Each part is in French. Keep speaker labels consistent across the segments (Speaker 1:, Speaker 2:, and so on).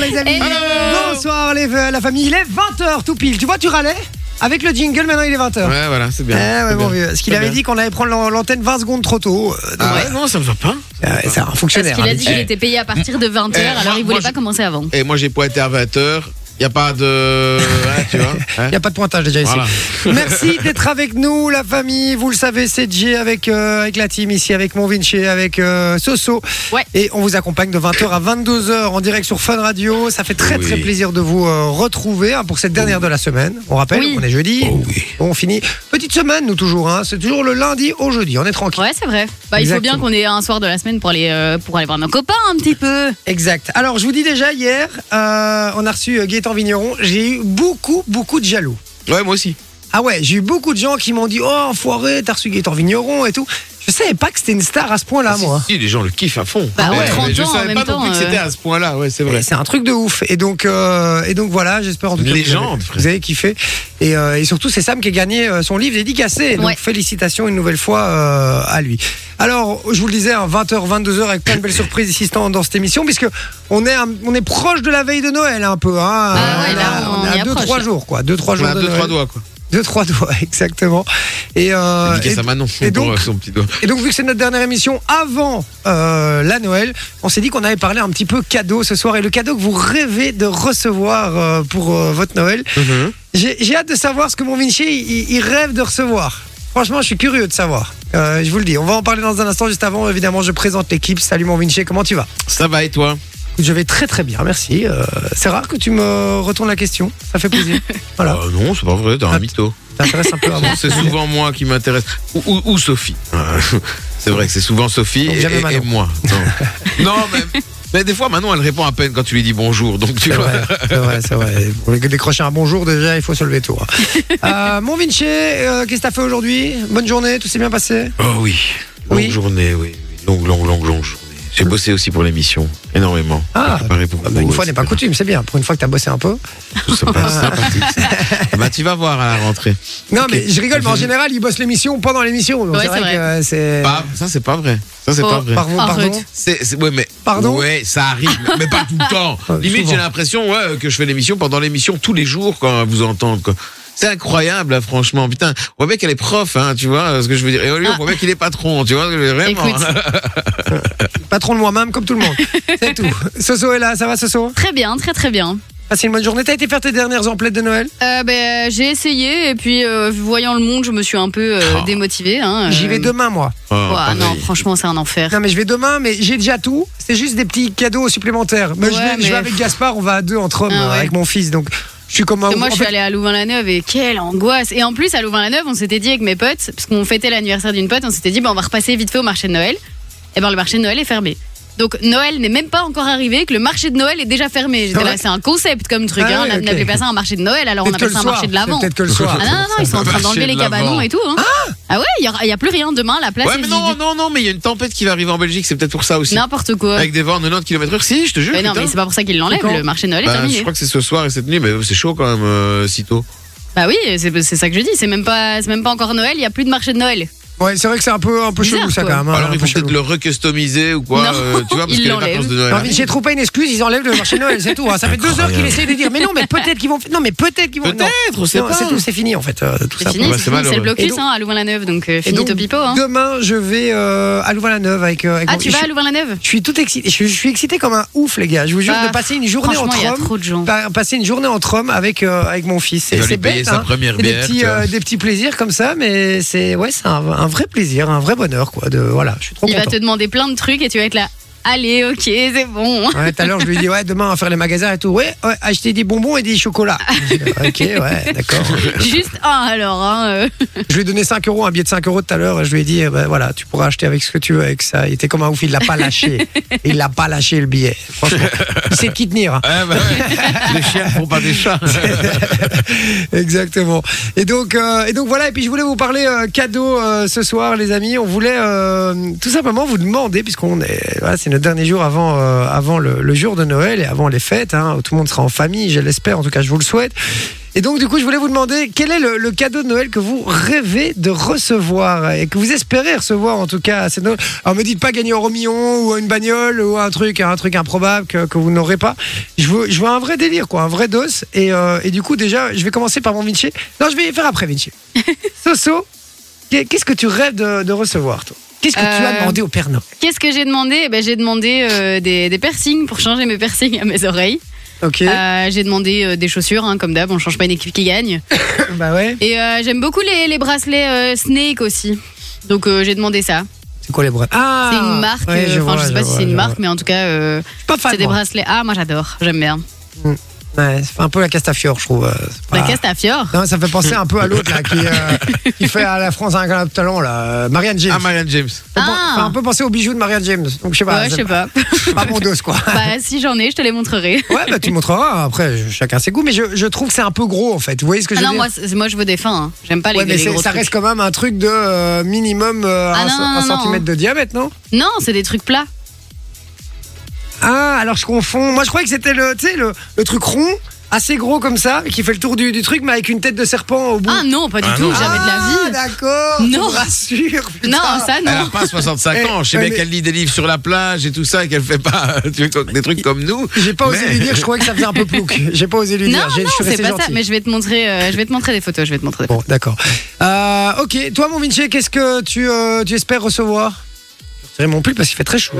Speaker 1: les amis.
Speaker 2: Hello.
Speaker 1: Bonsoir les, euh, la famille. Il est 20h tout pile. Tu vois, tu râlais avec le jingle. Maintenant, il est 20h.
Speaker 2: Ouais, voilà, c'est bien.
Speaker 1: Eh ouais,
Speaker 2: C'est
Speaker 1: mon
Speaker 2: bien.
Speaker 1: vieux. Parce qu'il
Speaker 2: C'est
Speaker 1: avait
Speaker 2: bien.
Speaker 1: dit qu'on allait prendre l'an- l'antenne 20 secondes trop tôt. Euh, donc,
Speaker 2: Ah ouais, non, ça me va pas.
Speaker 1: euh, c'est un
Speaker 3: Parce
Speaker 1: fonctionnaire.
Speaker 3: qu'il a
Speaker 1: hein,
Speaker 3: dit qu'il était payé à partir de 20h,
Speaker 2: Eh,
Speaker 3: alors
Speaker 2: moi-
Speaker 3: il
Speaker 2: moi,
Speaker 3: voulait pas
Speaker 2: je-
Speaker 3: commencer avant.
Speaker 2: Et moi, j'ai pas été à 20h. Y a pas de. Ouais, tu vois. hein.
Speaker 1: Il n'y a pas de pointage déjà ici.
Speaker 2: Voilà.
Speaker 1: Merci d'être avec nous, la famille. Vous le savez, c'est Jay avec, euh, avec la team ici, avec mon Vinci, avec euh, Soso.
Speaker 3: Ouais.
Speaker 1: Et on vous accompagne de 20h à 22h en direct sur Fun Radio. Ça fait très
Speaker 2: Oui.
Speaker 1: très plaisir de vous euh, retrouver hein, pour cette dernière de la semaine. On rappelle,
Speaker 3: Oui.
Speaker 1: on est jeudi.
Speaker 2: Oh oui.
Speaker 1: On finit. Petite semaine, nous toujours. hein. C'est toujours le lundi au jeudi. On est tranquille.
Speaker 3: Ouais, c'est vrai. Bah, il faut
Speaker 1: Exactement.
Speaker 3: bien qu'on ait un soir de la semaine pour aller, euh, pour aller voir nos copains un petit peu.
Speaker 1: Exact. Alors, je vous dis déjà, hier, euh, on a reçu euh, Gaëtan Vigneron. J'ai eu beaucoup, beaucoup de jaloux.
Speaker 2: Ouais, moi aussi.
Speaker 1: Ah ouais, j'ai eu beaucoup de gens qui m'ont dit Oh, enfoiré, t'as reçu Gaëtan Vigneron et tout. Je savais pas que c'était une star à ce point-là,
Speaker 2: Ah, Si,
Speaker 1: moi.
Speaker 2: Si, les gens le kiffent à fond.
Speaker 3: Bah ouais,
Speaker 2: Ah Mais
Speaker 3: 30
Speaker 2: je
Speaker 3: ans, en
Speaker 2: savais pas
Speaker 3: même
Speaker 2: non plus
Speaker 3: temps,
Speaker 2: que c'était
Speaker 3: euh.
Speaker 2: à ce point-là, ouais, c'est vrai.
Speaker 1: Et C'est un truc de ouf. Et donc, euh, et donc voilà, j'espère en tout cas. que vous avez-
Speaker 2: Légende, frère.
Speaker 1: Vous avez kiffé. Et, euh, et surtout, c'est Sam qui a gagné euh, son livre dédicacé. Donc
Speaker 3: Ouais.
Speaker 1: félicitations une nouvelle fois euh, à lui. Alors, je vous le disais, hein, 20h, 22h, avec plein de belles surprises ici dans dans cette émission, puisque on est, un- on est proche de la veille de Noël un peu. Hein.
Speaker 3: Ah ouais,
Speaker 1: on,
Speaker 3: là,
Speaker 1: a-
Speaker 3: on
Speaker 1: on est
Speaker 3: y
Speaker 1: à deux,
Speaker 3: approche,
Speaker 1: trois
Speaker 3: là.
Speaker 1: jours, quoi. Deux, trois
Speaker 2: On
Speaker 1: jours
Speaker 2: a
Speaker 1: de
Speaker 2: deux,
Speaker 1: Noël.
Speaker 2: trois doigts, quoi.
Speaker 1: Deux, trois doigts, exactement. Et, euh,
Speaker 2: Dédicace
Speaker 1: et-
Speaker 2: à Manon
Speaker 1: et
Speaker 2: pour
Speaker 1: donc-
Speaker 2: son petit doigt.
Speaker 1: et donc, vu que c'est notre dernière émission avant euh, la Noël, on s'est dit qu'on allait parler un petit peu cadeau ce soir et le cadeau que vous rêvez de recevoir euh, pour euh, votre Noël.
Speaker 2: Mhm.
Speaker 1: J'ai j'ai hâte de savoir ce que mon Vinci il, il rêve de recevoir. Franchement, je suis curieux de savoir. Euh, je vous le dis, on va en parler dans un instant. Juste avant, évidemment, je présente l'équipe. Salut mon Vinci, comment tu vas
Speaker 2: Ça va et toi
Speaker 1: Je vais très très bien, merci. Euh, c'est rare que tu me retournes la question, ça fait plaisir. Voilà.
Speaker 2: Euh, Non, c'est pas vrai, t'es un
Speaker 1: Att-
Speaker 2: mytho.
Speaker 1: T'intéresses un peu à moi.
Speaker 2: Non, c'est souvent moi qui m'intéresse. Ou, ou- ou Sophie. Euh, C'est vrai que c'est souvent Sophie
Speaker 1: Donc,
Speaker 2: et,
Speaker 1: jamais
Speaker 2: et-
Speaker 1: Manon.
Speaker 2: et moi. Non, Non, mais, mais des fois, Manon, elle répond à peine quand tu lui dis bonjour. Donc tu
Speaker 1: C'est
Speaker 2: vois.
Speaker 1: vrai, c'est vrai, c'est vrai. Pour décrocher un bonjour, déjà, il faut se lever tôt. Euh, mon Vinci, euh, qu'est-ce que t'as fait aujourd'hui Bonne journée, tout s'est bien passé
Speaker 2: Oh oui. Longue
Speaker 1: Oui.
Speaker 2: journée, oui. Longue, longue, longue, longue journée. J'ai bossé aussi pour l'émission, énormément.
Speaker 1: Ah,
Speaker 2: Préparé pour
Speaker 1: Bah, Une
Speaker 2: vous,
Speaker 1: fois n'est pas
Speaker 2: etc.
Speaker 1: coutume, c'est bien. Pour une fois que t'as bossé un peu.
Speaker 2: Ça passe sympathique, ça. Bah, tu vas voir à la rentrée.
Speaker 1: Non,
Speaker 2: Ok.
Speaker 1: mais je rigole, mais en général, ils bossent l'émission pendant l'émission. donc
Speaker 3: Ouais,
Speaker 1: c'est vrai,
Speaker 3: c'est vrai.
Speaker 1: que euh, c'est.
Speaker 2: Pas- ça, c'est pas vrai. Ça, c'est
Speaker 3: Oh,
Speaker 2: pas vrai.
Speaker 1: Pardon,
Speaker 3: Ah,
Speaker 1: pardon.
Speaker 3: rude.
Speaker 2: C'est, c'est- ouais, mais,
Speaker 1: Pardon
Speaker 2: Ouais, ça arrive, mais- mais pas tout le temps.
Speaker 1: Euh,
Speaker 2: Limite,
Speaker 1: souvent.
Speaker 2: j'ai l'impression ouais, que je fais l'émission pendant l'émission tous les jours quand vous entendre. quoi. C'est incroyable, là, franchement. Putain, Wabek, elle est prof, hein, tu vois ce que je veux dire. Et au lieu,
Speaker 3: Ah.
Speaker 2: Wabek, il est patron, tu vois, vraiment.
Speaker 3: Écoute.
Speaker 1: Patron de moi-même, comme tout le monde. c'est tout. Soso est là, ça va, Soso
Speaker 3: Très bien, très très bien.
Speaker 1: Passez une bonne journée. T'as été faire tes dernières emplettes de Noël
Speaker 3: Euh, ben, euh, j'ai essayé et puis euh, voyant le monde, je me suis un peu euh,
Speaker 2: Oh.
Speaker 3: démotivée. hein, euh.
Speaker 1: J'y vais demain, moi.
Speaker 2: Oh,
Speaker 3: Ouah,
Speaker 2: pareil.
Speaker 3: non, franchement, c'est un enfer.
Speaker 1: Non, mais je vais demain, mais j'ai déjà tout. C'est juste des petits cadeaux supplémentaires. Mais je, vais,
Speaker 3: Ouais,
Speaker 1: je
Speaker 3: mais-
Speaker 1: vais avec Gaspard, on va à deux entre hommes,
Speaker 3: Ah,
Speaker 1: euh,
Speaker 3: ouais.
Speaker 1: avec mon fils. Donc, je suis comme un.
Speaker 3: Parce que moi,
Speaker 1: en
Speaker 3: je suis
Speaker 1: fait,
Speaker 3: allée à Louvain-la-Neuve et quelle angoisse. Et en plus, à Louvain-la-Neuve, on s'était dit avec mes potes, parce qu'on fêtait l'anniversaire d'une pote, on s'était dit, bah, on va repasser vite fait au marché de Noël. Et ben, le marché de Noël est fermé. Donc, Noël n'est même pas encore arrivé, que le marché de Noël est déjà fermé. J'étais
Speaker 1: Ah ouais
Speaker 3: là, c'est un concept comme truc.
Speaker 1: Ah
Speaker 3: hein.
Speaker 1: ouais,
Speaker 3: on a-
Speaker 1: ok.
Speaker 3: on n'appelait pas ça un marché de Noël, alors on
Speaker 1: peut-être que
Speaker 3: appelle
Speaker 1: le
Speaker 3: ça un
Speaker 1: soir.
Speaker 3: marché de l'avant.
Speaker 1: C'est Peut-être que le soir.
Speaker 3: Ah non, non, non, ils sont en train
Speaker 2: Marché
Speaker 3: d'enlever
Speaker 2: de
Speaker 3: les
Speaker 2: l'Avent.
Speaker 3: cabanons et tout. Hein. Ah ouais, il n'y a, plus rien. Demain, la place
Speaker 2: Ouais,
Speaker 3: est
Speaker 2: mais
Speaker 3: vide.
Speaker 2: non, non, non, mais il y a une tempête qui va arriver en Belgique, c'est peut-être pour ça aussi.
Speaker 3: N'importe quoi.
Speaker 2: Avec des vents à 90 km/h, si, je te jure.
Speaker 3: Mais non,
Speaker 2: putain.
Speaker 3: mais c'est pas pour ça qu'ils l'enlèvent.
Speaker 1: C'est quand
Speaker 3: Le marché de Noël est
Speaker 2: Bah,
Speaker 3: terminé.
Speaker 2: je crois que c'est ce soir et cette nuit, mais c'est chaud quand même, euh, si tôt.
Speaker 3: Bah oui, c'est c'est ça que je dis. C'est même pas, c'est même pas encore Noël. Il y a plus de marché de Noël.
Speaker 1: Ouais, c'est vrai que c'est un peu, un peu
Speaker 3: Bizarre,
Speaker 1: chelou, ça,
Speaker 3: quoi.
Speaker 1: quand même. hein,
Speaker 2: Alors,
Speaker 1: un
Speaker 2: ils
Speaker 1: peu
Speaker 2: vont
Speaker 1: chelou.
Speaker 2: peut-être le recustomiser ou quoi,
Speaker 3: Non,
Speaker 2: euh, tu vois,
Speaker 3: ils
Speaker 2: parce que les
Speaker 3: l'enlèvent.
Speaker 2: vacances de Noël.
Speaker 1: Non, Vinci trouve pas une excuse, ils enlèvent le marché de Noël, c'est tout. hein. Ça fait deux heures qu'il
Speaker 2: Incroyable.
Speaker 1: essaye de dire, mais non, mais peut-être qu'ils vont. Non, mais peut-être qu'ils vont. non.
Speaker 2: Peut-être, on sait
Speaker 1: Non,
Speaker 2: pas.
Speaker 1: c'est tout, c'est fini en fait. euh, tout
Speaker 3: C'est
Speaker 1: ça.
Speaker 3: fini,
Speaker 2: bah,
Speaker 3: c'est
Speaker 2: c'est
Speaker 3: fini,
Speaker 2: malheureux.
Speaker 3: c'est le
Speaker 1: Et
Speaker 3: blocus
Speaker 1: donc-
Speaker 3: hein, à Louvain-la-Neuve, donc euh,
Speaker 1: Et
Speaker 3: fini
Speaker 1: donc,
Speaker 3: Topipo. Hein.
Speaker 1: Demain, je vais euh, à Louvain-la-Neuve avec, euh, avec
Speaker 3: Ah,
Speaker 1: mon-
Speaker 3: tu
Speaker 1: je
Speaker 3: vas à
Speaker 1: suis-
Speaker 3: Louvain-la-Neuve
Speaker 1: Je suis tout excité. Je, je suis excité comme un ouf, les gars. Je vous jure
Speaker 3: Bah,
Speaker 1: de passer une journée
Speaker 3: Franchement, il
Speaker 1: entre
Speaker 3: y a
Speaker 1: hommes.
Speaker 3: trop de gens.
Speaker 1: pa- Passer une journée entre hommes avec, euh, avec mon fils.
Speaker 2: Il
Speaker 1: C'est
Speaker 2: va lui
Speaker 1: c'est
Speaker 2: payer
Speaker 1: bête,
Speaker 2: sa
Speaker 1: hein.
Speaker 2: première
Speaker 1: C'est des
Speaker 2: bière.
Speaker 1: petits,
Speaker 2: tu vois.
Speaker 1: euh, des petits plaisirs comme ça, mais c'est ouais, c'est un, un vrai plaisir, un vrai bonheur quoi. De voilà, je suis trop
Speaker 3: Il va
Speaker 1: content.
Speaker 3: te demander plein de trucs et tu vas être là. Allez, ok, c'est bon.
Speaker 1: Ouais, tout à l'heure je lui dis ouais, demain on va faire les magasins et tout. Ouais, ouais, acheter des bonbons et des chocolats. Je dis, ok, ouais, d'accord.
Speaker 3: Juste un alors. Hein, euh.
Speaker 1: Je lui ai donné 5 euros, un billet de 5 euros tout à l'heure. Je lui ai dit, eh ben, voilà, tu pourras acheter avec ce que tu veux avec ça. Il était comme un ouf, il l'a pas lâché. Il l'a pas lâché le billet. Franchement, il sait de qui tenir. hein.
Speaker 2: Ouais, bah ouais. les chiens ne font pas des chats.
Speaker 1: Exactement. Et donc, euh, et donc voilà. Et puis je voulais vous parler euh, cadeau euh, ce soir, les amis. On voulait euh, tout simplement vous demander, puisqu'on est, voilà, c'est notre dernier jour avant, euh, avant le, le jour de Noël et avant les fêtes, hein, où tout le monde sera en famille. Je l'espère. En tout cas, je vous le souhaite. Et donc, du coup, je voulais vous demander quel est le, le cadeau de Noël que vous rêvez de recevoir et que vous espérez recevoir, en tout cas. à cette Noël. Alors, me dites pas gagner au remillon ou à une bagnole ou à un truc, un truc improbable que, que vous n'aurez pas. Je veux, je veux un vrai délire, quoi, un vrai dos. Et, euh, et du coup, déjà, je vais commencer par mon Vinci. Non, je vais y faire après Vinci. Soso, qu'est- qu'est-ce que tu rêves de, de recevoir, toi Qu'est-ce que tu as
Speaker 3: Euh,
Speaker 1: demandé au Père Noël
Speaker 3: Qu'est-ce que j'ai demandé Eh ben, J'ai demandé euh, des, des piercings pour changer mes piercings à mes oreilles.
Speaker 1: Ok,
Speaker 3: Euh, j'ai demandé euh, des chaussures, hein, comme d'hab, on change pas une équipe qui gagne.
Speaker 1: bah ouais.
Speaker 3: Et euh, j'aime beaucoup les, les bracelets euh, Snake aussi. Donc euh, j'ai demandé ça.
Speaker 1: C'est quoi les bras Ah
Speaker 3: C'est une marque,
Speaker 1: ouais,
Speaker 3: euh, enfin
Speaker 1: vois,
Speaker 3: je sais pas si
Speaker 1: vois,
Speaker 3: c'est une
Speaker 1: je
Speaker 3: marque,
Speaker 1: vois.
Speaker 3: mais en tout cas, euh,
Speaker 1: Je suis pas fan.
Speaker 3: c'est des
Speaker 1: moi.
Speaker 3: bracelets. Ah, moi j'adore, j'aime bien.
Speaker 1: Ouais, c'est un peu la Castafiore, je trouve. euh, c'est pas-
Speaker 3: La Castafiore
Speaker 1: Non, ça fait penser un peu à l'autre là, qui, euh, qui fait à la France un grand talent là, euh, Marianne James.
Speaker 2: Ah, Marianne James.
Speaker 1: Ça pen-
Speaker 3: Ah.
Speaker 1: fait un peu penser aux bijoux de Marianne James. Donc je sais pas.
Speaker 3: Ouais, je sais pas.
Speaker 1: c'est pas mon dos quoi.
Speaker 3: bah, si j'en ai, je te les montrerai.
Speaker 1: Ouais, bah tu montreras après, je- chacun ses goûts, mais je, je trouve que c'est un peu gros en fait. Vous voyez ce que je
Speaker 3: Ah
Speaker 1: veux
Speaker 3: non,
Speaker 1: dire
Speaker 3: moi, c'est- moi je veux des fins, hein. j'aime pas les,
Speaker 1: Ouais, mais
Speaker 3: les
Speaker 1: c'est-
Speaker 3: gros
Speaker 1: ça
Speaker 3: trucs.
Speaker 1: reste quand même un truc de euh, minimum euh,
Speaker 3: Ah
Speaker 1: un,
Speaker 3: non,
Speaker 1: ce-
Speaker 3: non,
Speaker 1: un
Speaker 3: non,
Speaker 1: centimètre
Speaker 3: non.
Speaker 1: de diamètre, non
Speaker 3: Non, c'est des trucs plats.
Speaker 1: Ah, alors je confonds. Moi je croyais que c'était le, tu sais, le, le truc rond, assez gros comme ça, qui fait le tour du, du truc, mais avec une tête de serpent au bout.
Speaker 3: Ah non, pas du
Speaker 2: Ah
Speaker 3: tout,
Speaker 2: non.
Speaker 3: jamais de
Speaker 1: Ah,
Speaker 3: la vie.
Speaker 1: d'accord.
Speaker 3: Non.
Speaker 1: Tu me rassures. putain.
Speaker 3: Non, ça
Speaker 2: Elle
Speaker 3: non.
Speaker 2: a pas 65
Speaker 1: Eh,
Speaker 2: ans. Je sais
Speaker 1: ouais,
Speaker 2: bien
Speaker 1: mais-
Speaker 2: qu'elle lit des livres sur la plage et tout ça, et qu'elle fait pas tu vois, des trucs comme nous.
Speaker 1: J'ai pas osé
Speaker 2: Mais-
Speaker 1: lui dire, je croyais que ça faisait un peu plouc. J'ai pas osé lui
Speaker 3: Non,
Speaker 1: dire, j'ai-
Speaker 3: non,
Speaker 1: je suis
Speaker 3: c'est
Speaker 1: resté
Speaker 3: pas
Speaker 1: gentil.
Speaker 3: ça. Mais je vais te montrer, euh, je vais te montrer des photos. Je vais te montrer. Des
Speaker 1: Bon, d'accord. Euh, ok, toi, mon Vinci, qu'est-ce que tu, euh, tu espères recevoir Je retirerai mon pull parce qu'il fait très chaud.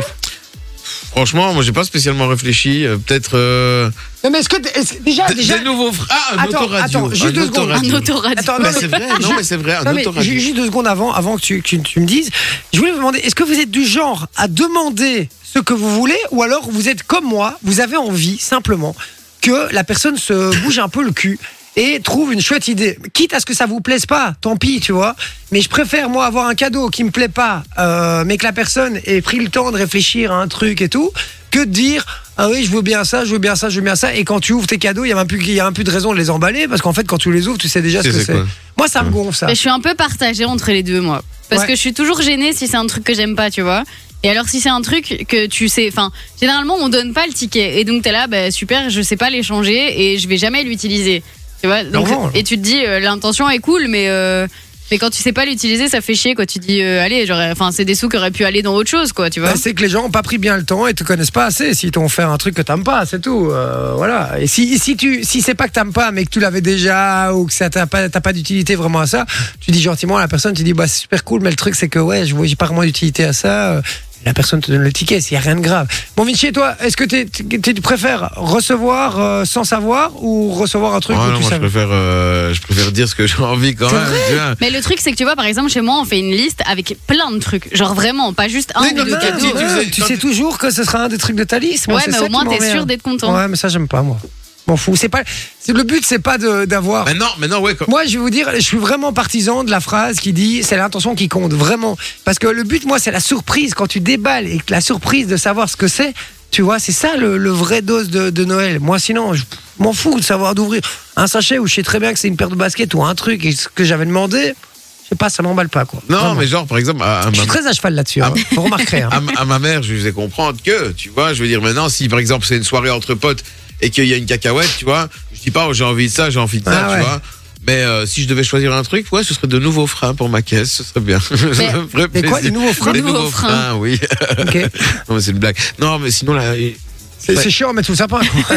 Speaker 2: Franchement, moi, j'ai pas spécialement réfléchi. Euh, Peut-être euh,
Speaker 1: Non, mais est-ce que. t'es- est-ce que- déjà,
Speaker 2: des-
Speaker 1: déjà.
Speaker 2: des nouveaux fr- Ah, un
Speaker 1: Attends,
Speaker 2: autoradio.
Speaker 1: attends, juste
Speaker 2: un
Speaker 1: deux secondes.
Speaker 3: photos.
Speaker 2: autoradio.
Speaker 3: Un autoradio.
Speaker 1: Attends,
Speaker 2: Bah,
Speaker 1: Ah, non,
Speaker 2: c'est
Speaker 1: mais-
Speaker 2: vrai, non, mais c'est vrai, un
Speaker 1: Non, mais
Speaker 2: autoradio.
Speaker 1: ju- juste deux secondes avant, avant que tu, que tu me dises, je voulais vous demander, est-ce que vous êtes du genre à demander ce que vous voulez ou alors vous êtes comme moi, vous avez envie simplement que la personne se bouge un peu le cul et trouve une chouette idée. Quitte à ce que ça vous plaise pas, tant pis, tu vois. Mais je préfère, moi, avoir un cadeau qui me plaît pas, euh, mais que la personne ait pris le temps de réfléchir à un truc et tout, que de dire Ah oui, je veux bien ça, je veux bien ça, je veux bien ça. Et quand tu ouvres tes cadeaux, il y a même plus, il y a même plus de raison de les emballer, parce qu'en fait, quand tu les ouvres, tu sais déjà ce
Speaker 2: Tu
Speaker 1: que
Speaker 2: sais
Speaker 1: c'est.
Speaker 2: quoi.
Speaker 1: Moi, ça me gonfle, ça.
Speaker 3: Mais je suis un peu partagée entre les deux, moi. Parce
Speaker 1: Ouais.
Speaker 3: que je suis toujours gênée si c'est un truc que j'aime pas, tu vois. Et alors, si c'est un truc que tu sais. Enfin, généralement, on donne pas le ticket. Et donc, t'es là, bah, super, je sais pas l'échanger et je vais jamais l'utiliser. Tu vois donc,
Speaker 1: Normal.
Speaker 3: Et tu te dis, euh, l'intention est cool, mais. euh, mais quand tu sais pas l'utiliser, ça fait chier quoi. Tu dis, euh, allez, j'aurais- enfin, c'est des sous qui auraient pu aller dans autre chose quoi, tu
Speaker 2: Hein
Speaker 3: vois.
Speaker 1: Bah, c'est que les gens n'ont pas pris bien le temps et te connaissent pas assez. S'ils t'ont fait un truc que t'aimes pas, c'est tout. Euh, voilà. Et si, si tu, si c'est pas que t'aimes pas, mais que tu l'avais déjà ou que ça t'as pas, t'as pas d'utilité vraiment à ça, tu dis gentiment à la personne, tu dis bah c'est super cool, mais le truc c'est que ouais, je vois, j'ai pas vraiment d'utilité à ça. Euh, La personne te donne le ticket, s'il y a rien de grave. Bon Vinci, et toi, est-ce que t'es- t'es- t'es- tu préfères recevoir euh, sans savoir ou recevoir un truc
Speaker 2: Ah
Speaker 1: où
Speaker 2: non,
Speaker 1: tu
Speaker 2: moi, je
Speaker 1: savais
Speaker 2: préfère, euh, je préfère dire ce que j'ai envie quand
Speaker 1: C'est
Speaker 2: même. tu vois.
Speaker 3: Mais le truc, c'est que tu vois, par exemple, chez moi, on fait une liste avec plein de trucs. Genre vraiment, pas juste un
Speaker 2: Mais
Speaker 3: ou
Speaker 2: comme
Speaker 3: deux
Speaker 2: ça,
Speaker 3: cadeaux.
Speaker 2: tu- tu sais-
Speaker 1: tu sais toujours que ce sera un des trucs de ta liste. Moi,
Speaker 3: ouais,
Speaker 1: c'est
Speaker 3: mais
Speaker 1: ça
Speaker 3: au
Speaker 1: qui
Speaker 3: moins, t'es
Speaker 1: m'emmerde.
Speaker 3: sûr d'être content.
Speaker 1: Ouais, mais ça j'aime pas moi. M'en fous. C'est pas. c'est- Le but c'est pas de- d'avoir.
Speaker 2: Mais non, mais non, ouais. quand-
Speaker 1: Moi, je vais vous dire, je suis vraiment partisan de la phrase qui dit c'est l'intention qui compte, vraiment. Parce que le but, moi, c'est la surprise quand tu déballes et que la surprise de savoir ce que c'est, tu vois, c'est ça le, le vrai dose de, de Noël. Moi, sinon, je m'en fous de savoir d'ouvrir un sachet où je sais très bien que c'est une paire de baskets ou un truc et ce que j'avais demandé, je sais pas, ça m'emballe pas, quoi.
Speaker 2: Non,
Speaker 1: Vraiment.
Speaker 2: mais Ah. genre, par exemple, à, à
Speaker 1: Je
Speaker 2: ma,
Speaker 1: suis très à cheval là-dessus, hein. vous remarquerez. hein.
Speaker 2: à ma- à ma mère, je lui faisais comprendre que, tu vois, je veux dire, maintenant, si par exemple, c'est une soirée entre potes et qu'il y a une cacahuète, tu vois, je dis pas, oh, j'ai envie de ça, j'ai envie de ça,
Speaker 1: Ah
Speaker 2: tu
Speaker 1: ouais.
Speaker 2: vois. Mais euh, si je devais choisir un truc, ouais, ce serait de nouveaux freins pour ma caisse, ce serait bien.
Speaker 3: Mais-
Speaker 2: Ça me
Speaker 1: Des quoi,
Speaker 2: ferait
Speaker 1: des
Speaker 2: plaisir.
Speaker 1: nouveaux freins
Speaker 2: Des
Speaker 3: Nouveaux
Speaker 2: nouveaux
Speaker 3: freins.
Speaker 2: freins, oui.
Speaker 1: Ok.
Speaker 2: non, mais c'est une blague. Non, mais sinon, là. il-
Speaker 1: C'est
Speaker 2: Ouais.
Speaker 1: c'est chiant à mettre sous le sapin, quoi.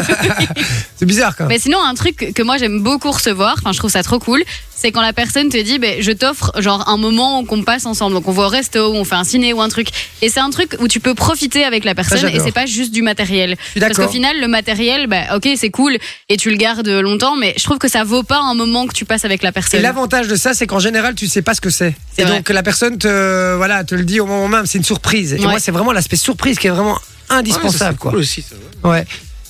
Speaker 1: c'est bizarre, quand même.
Speaker 3: Mais sinon, un truc que moi j'aime beaucoup recevoir, enfin je trouve ça trop cool, c'est quand la personne te dit, ben je t'offre genre un moment qu'on passe ensemble, donc on va au resto, ou on fait un ciné ou un truc. Et c'est un truc où tu peux profiter avec la personne et
Speaker 1: j'adore.
Speaker 3: c'est pas juste du matériel.
Speaker 1: suis
Speaker 3: Parce
Speaker 1: d'accord.
Speaker 3: qu'au final, le matériel, bah, ok, c'est cool et tu le gardes longtemps, mais je trouve que ça vaut pas un moment que tu passes avec la
Speaker 1: Et
Speaker 3: personne.
Speaker 1: l'avantage de ça, c'est qu'en général, tu sais pas ce que c'est.
Speaker 3: C'est
Speaker 1: Et
Speaker 3: vrai.
Speaker 1: donc, la personne te, voilà, te le dit au moment même, c'est une surprise. Et
Speaker 3: Ouais.
Speaker 1: moi, c'est vraiment l'aspect surprise qui est vraiment indispensable,
Speaker 2: Ouais, ça, c'est
Speaker 1: quoi.
Speaker 2: cool aussi, ça, ouais.
Speaker 1: Ouais.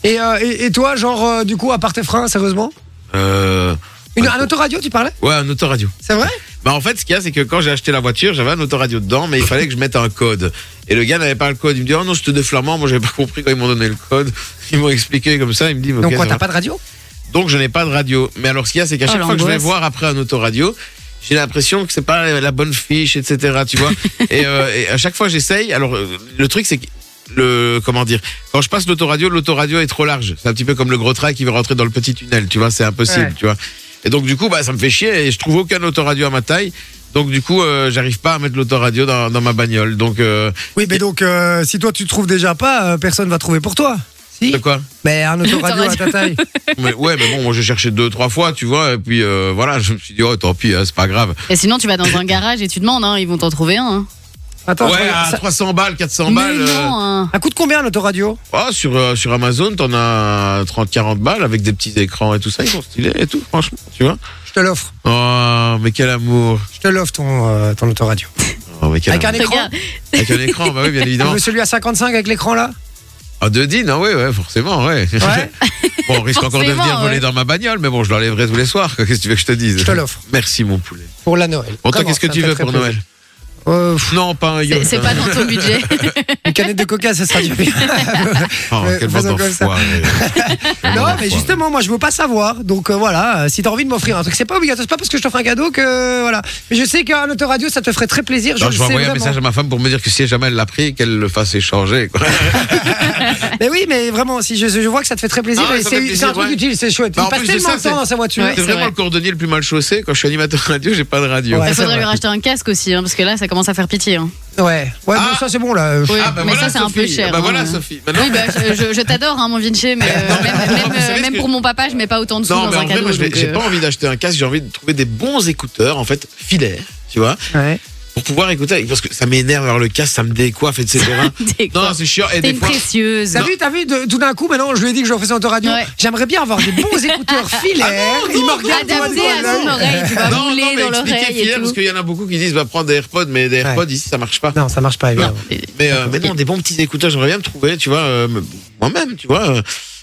Speaker 1: Et, euh, et, et toi, genre, euh, du coup, à part tes freins, sérieusement
Speaker 2: Euh,
Speaker 1: Une, Un autoradio, tu parlais
Speaker 2: ouais, un autoradio.
Speaker 1: C'est vrai
Speaker 2: Bah en fait, ce qu'il y a, c'est que quand j'ai acheté la voiture, j'avais un autoradio dedans, mais il fallait que je mette un code. Et le gars n'avait pas le code. Il me dit, oh non, c'était des flamands. Moi, j'avais pas compris quand ils m'ont donné le code. Ils m'ont expliqué comme ça. Il me dit,
Speaker 1: Donc,
Speaker 2: Ok,
Speaker 1: quoi,
Speaker 2: ça
Speaker 1: t'as
Speaker 2: va.
Speaker 1: pas de radio
Speaker 2: Donc, je n'ai pas de radio. Mais alors, ce qu'il y a, c'est qu'à
Speaker 3: Oh,
Speaker 2: chaque fois que je vais
Speaker 3: l'angoisse.
Speaker 2: voir après un autoradio, j'ai l'impression que c'est pas la bonne fiche, etc. Tu vois. et, euh, et à chaque fois, j'essaye. Alors, euh, le truc, c'est que le comment dire quand je passe l'autoradio l'autoradio est trop large c'est un petit peu comme le gros train qui veut rentrer dans le petit tunnel tu vois c'est impossible
Speaker 1: Ouais.
Speaker 2: tu vois et donc du coup bah ça me fait chier et je trouve aucun autoradio à ma taille donc du coup euh, j'arrive pas à mettre l'autoradio dans, dans ma bagnole donc euh,
Speaker 1: Oui, mais donc, euh, si toi tu trouves déjà pas, euh, personne va trouver pour toi. Si
Speaker 2: de quoi
Speaker 1: Mais un autoradio à ta
Speaker 3: Autoradio.
Speaker 1: taille.
Speaker 2: mais, ouais mais bon moi j'ai cherché deux trois fois tu vois et puis euh, voilà je me suis dit oh tant pis hein, c'est pas grave
Speaker 3: Et sinon, tu vas dans un garage et tu demandes, hein, ils vont t'en trouver un. hein.
Speaker 1: Attends, je
Speaker 2: ouais
Speaker 1: regarde
Speaker 2: à
Speaker 1: ça-
Speaker 2: 300 balles 400
Speaker 3: Mais
Speaker 2: balles euh,
Speaker 3: non, hein.
Speaker 1: ça coûte combien un autoradio
Speaker 2: Ah, sur, euh, sur Amazon, t'en as 30-40 balles avec des petits écrans et tout ça, ils sont stylés et tout, franchement, tu vois.
Speaker 1: Je te l'offre.
Speaker 2: Oh, mais quel amour.
Speaker 1: Je te l'offre ton, euh, ton autoradio.
Speaker 2: Oh, mais quel
Speaker 1: Avec un
Speaker 2: amour.
Speaker 1: écran
Speaker 3: Regarde.
Speaker 2: avec un écran, bah oui, bien
Speaker 1: Tu
Speaker 2: évidemment.
Speaker 1: veux celui à 55 avec l'écran là
Speaker 2: Ah, deux dînes, ah ouais, ouais, forcément, ouais.
Speaker 1: Ouais,
Speaker 2: Bon, on risque encore de venir
Speaker 3: Forcément,
Speaker 2: voler
Speaker 3: ouais.
Speaker 2: dans ma bagnole, mais bon, je l'enlèverai tous les soirs, qu'est-ce que tu veux que je te dise
Speaker 1: je te l'offre
Speaker 2: Merci, mon poulet.
Speaker 1: pour la Noël.
Speaker 2: Bon, toi,
Speaker 1: Vraiment,
Speaker 2: qu'est-ce que
Speaker 1: ça
Speaker 2: tu
Speaker 1: me fait
Speaker 2: veux
Speaker 1: très
Speaker 2: pour
Speaker 1: plaisir.
Speaker 2: Noël
Speaker 1: Euh, pff,
Speaker 2: Non, pas un
Speaker 3: C'est-
Speaker 2: yacht.
Speaker 3: c'est pas dans ton budget.
Speaker 1: Une canette de coca, ça sera du bien.
Speaker 2: Oh,
Speaker 1: Euh,
Speaker 2: quel bande
Speaker 1: faisons comme ça.
Speaker 2: d'enfoirés. Quel
Speaker 1: Non,
Speaker 2: bande
Speaker 1: mais
Speaker 2: d'enfoirés.
Speaker 1: justement, moi, je veux pas savoir. Donc euh, voilà, euh, si t'as envie de m'offrir un truc, c'est pas obligatoire. C'est pas parce que je t'offre un cadeau que euh, voilà. Mais je sais qu'un autoradio, ça te ferait très plaisir.
Speaker 2: Non,
Speaker 1: le
Speaker 2: je vais
Speaker 1: sais
Speaker 2: envoyer un
Speaker 1: vraiment.
Speaker 2: message à ma femme pour me dire que si jamais elle l'a pris, qu'elle le fasse échanger. quoi.
Speaker 1: Mais oui, mais vraiment, si je, je vois que ça te fait très plaisir,
Speaker 2: Ah ouais,
Speaker 1: et
Speaker 2: ça fait
Speaker 1: c'est
Speaker 2: plaisir,
Speaker 1: c'est un truc
Speaker 2: ouais.
Speaker 1: utile, c'est chouette.
Speaker 2: Bah, en
Speaker 1: Il passe
Speaker 2: plus de
Speaker 1: tellement
Speaker 2: ça,
Speaker 1: de temps
Speaker 2: c'est-
Speaker 1: dans sa voiture.
Speaker 3: Ouais. c'est
Speaker 2: C'est vraiment
Speaker 3: vrai.
Speaker 2: le cordonnier le plus mal chaussé. Quand je suis animateur radio, j'ai pas de radio.
Speaker 1: Ouais,
Speaker 3: Il
Speaker 1: c'est
Speaker 3: faudrait lui
Speaker 1: vrai.
Speaker 3: racheter un casque aussi, hein, parce que là, ça commence à faire pitié. hein.
Speaker 1: Ouais, ouais,
Speaker 2: Ah.
Speaker 1: non, ça c'est bon là. euh, je-
Speaker 3: Oui,
Speaker 2: Ah, bah
Speaker 3: mais
Speaker 2: voilà,
Speaker 3: ça, c'est un peu
Speaker 2: Sophie.
Speaker 3: cher.
Speaker 2: Ah, bah
Speaker 3: hein.
Speaker 2: voilà, Sophie. Maintenant,
Speaker 3: Oui, bah, je, je- je t'adore, hein, mon Vinci, mais euh, même, même,
Speaker 2: vous savez
Speaker 3: euh,
Speaker 2: ce
Speaker 3: même
Speaker 2: que-
Speaker 3: pour mon papa, je mets pas autant de sous
Speaker 2: non, mais
Speaker 3: dans
Speaker 2: en
Speaker 3: un
Speaker 2: vrai,
Speaker 3: cadeau.
Speaker 2: moi, je vais-
Speaker 3: donc,
Speaker 2: j'ai
Speaker 3: euh,
Speaker 2: pas envie d'acheter un casque. J'ai envie de trouver des bons écouteurs, en fait, filaires, tu vois,
Speaker 1: Ouais.
Speaker 2: pour pouvoir écouter. Parce que ça m'énerve alors le casque, ça me décoiffe, etc.
Speaker 3: T'es
Speaker 2: non,
Speaker 3: quoi
Speaker 2: c'est chiant. Et
Speaker 3: T'es
Speaker 2: des
Speaker 3: une
Speaker 2: fois,
Speaker 3: précieuse.
Speaker 1: T'as vu, t'as vu, de- tout d'un coup, maintenant je lui ai dit que je faisais autoradio.
Speaker 3: Ouais. Ah
Speaker 1: J'aimerais bien avoir des bons écouteurs filaires. Il me regarde, tu vois,
Speaker 3: Adapté
Speaker 1: de
Speaker 3: à
Speaker 1: loin,
Speaker 3: son
Speaker 1: là.
Speaker 3: oreille, tu vas
Speaker 2: non, non,
Speaker 3: mouler
Speaker 2: mais
Speaker 3: dans
Speaker 2: expliquer
Speaker 3: l'oreille
Speaker 2: filaire,
Speaker 3: et
Speaker 2: parce
Speaker 3: tout.
Speaker 2: qu'il y en a beaucoup qui disent, va prendre des AirPods, mais des AirPods ici, ça marche pas.
Speaker 1: Non, ça marche pas, évidemment.
Speaker 2: Mais, euh, mais non, des bons petits écouteurs, j'aimerais bien me trouver, tu vois, euh, moi-même, tu vois. euh,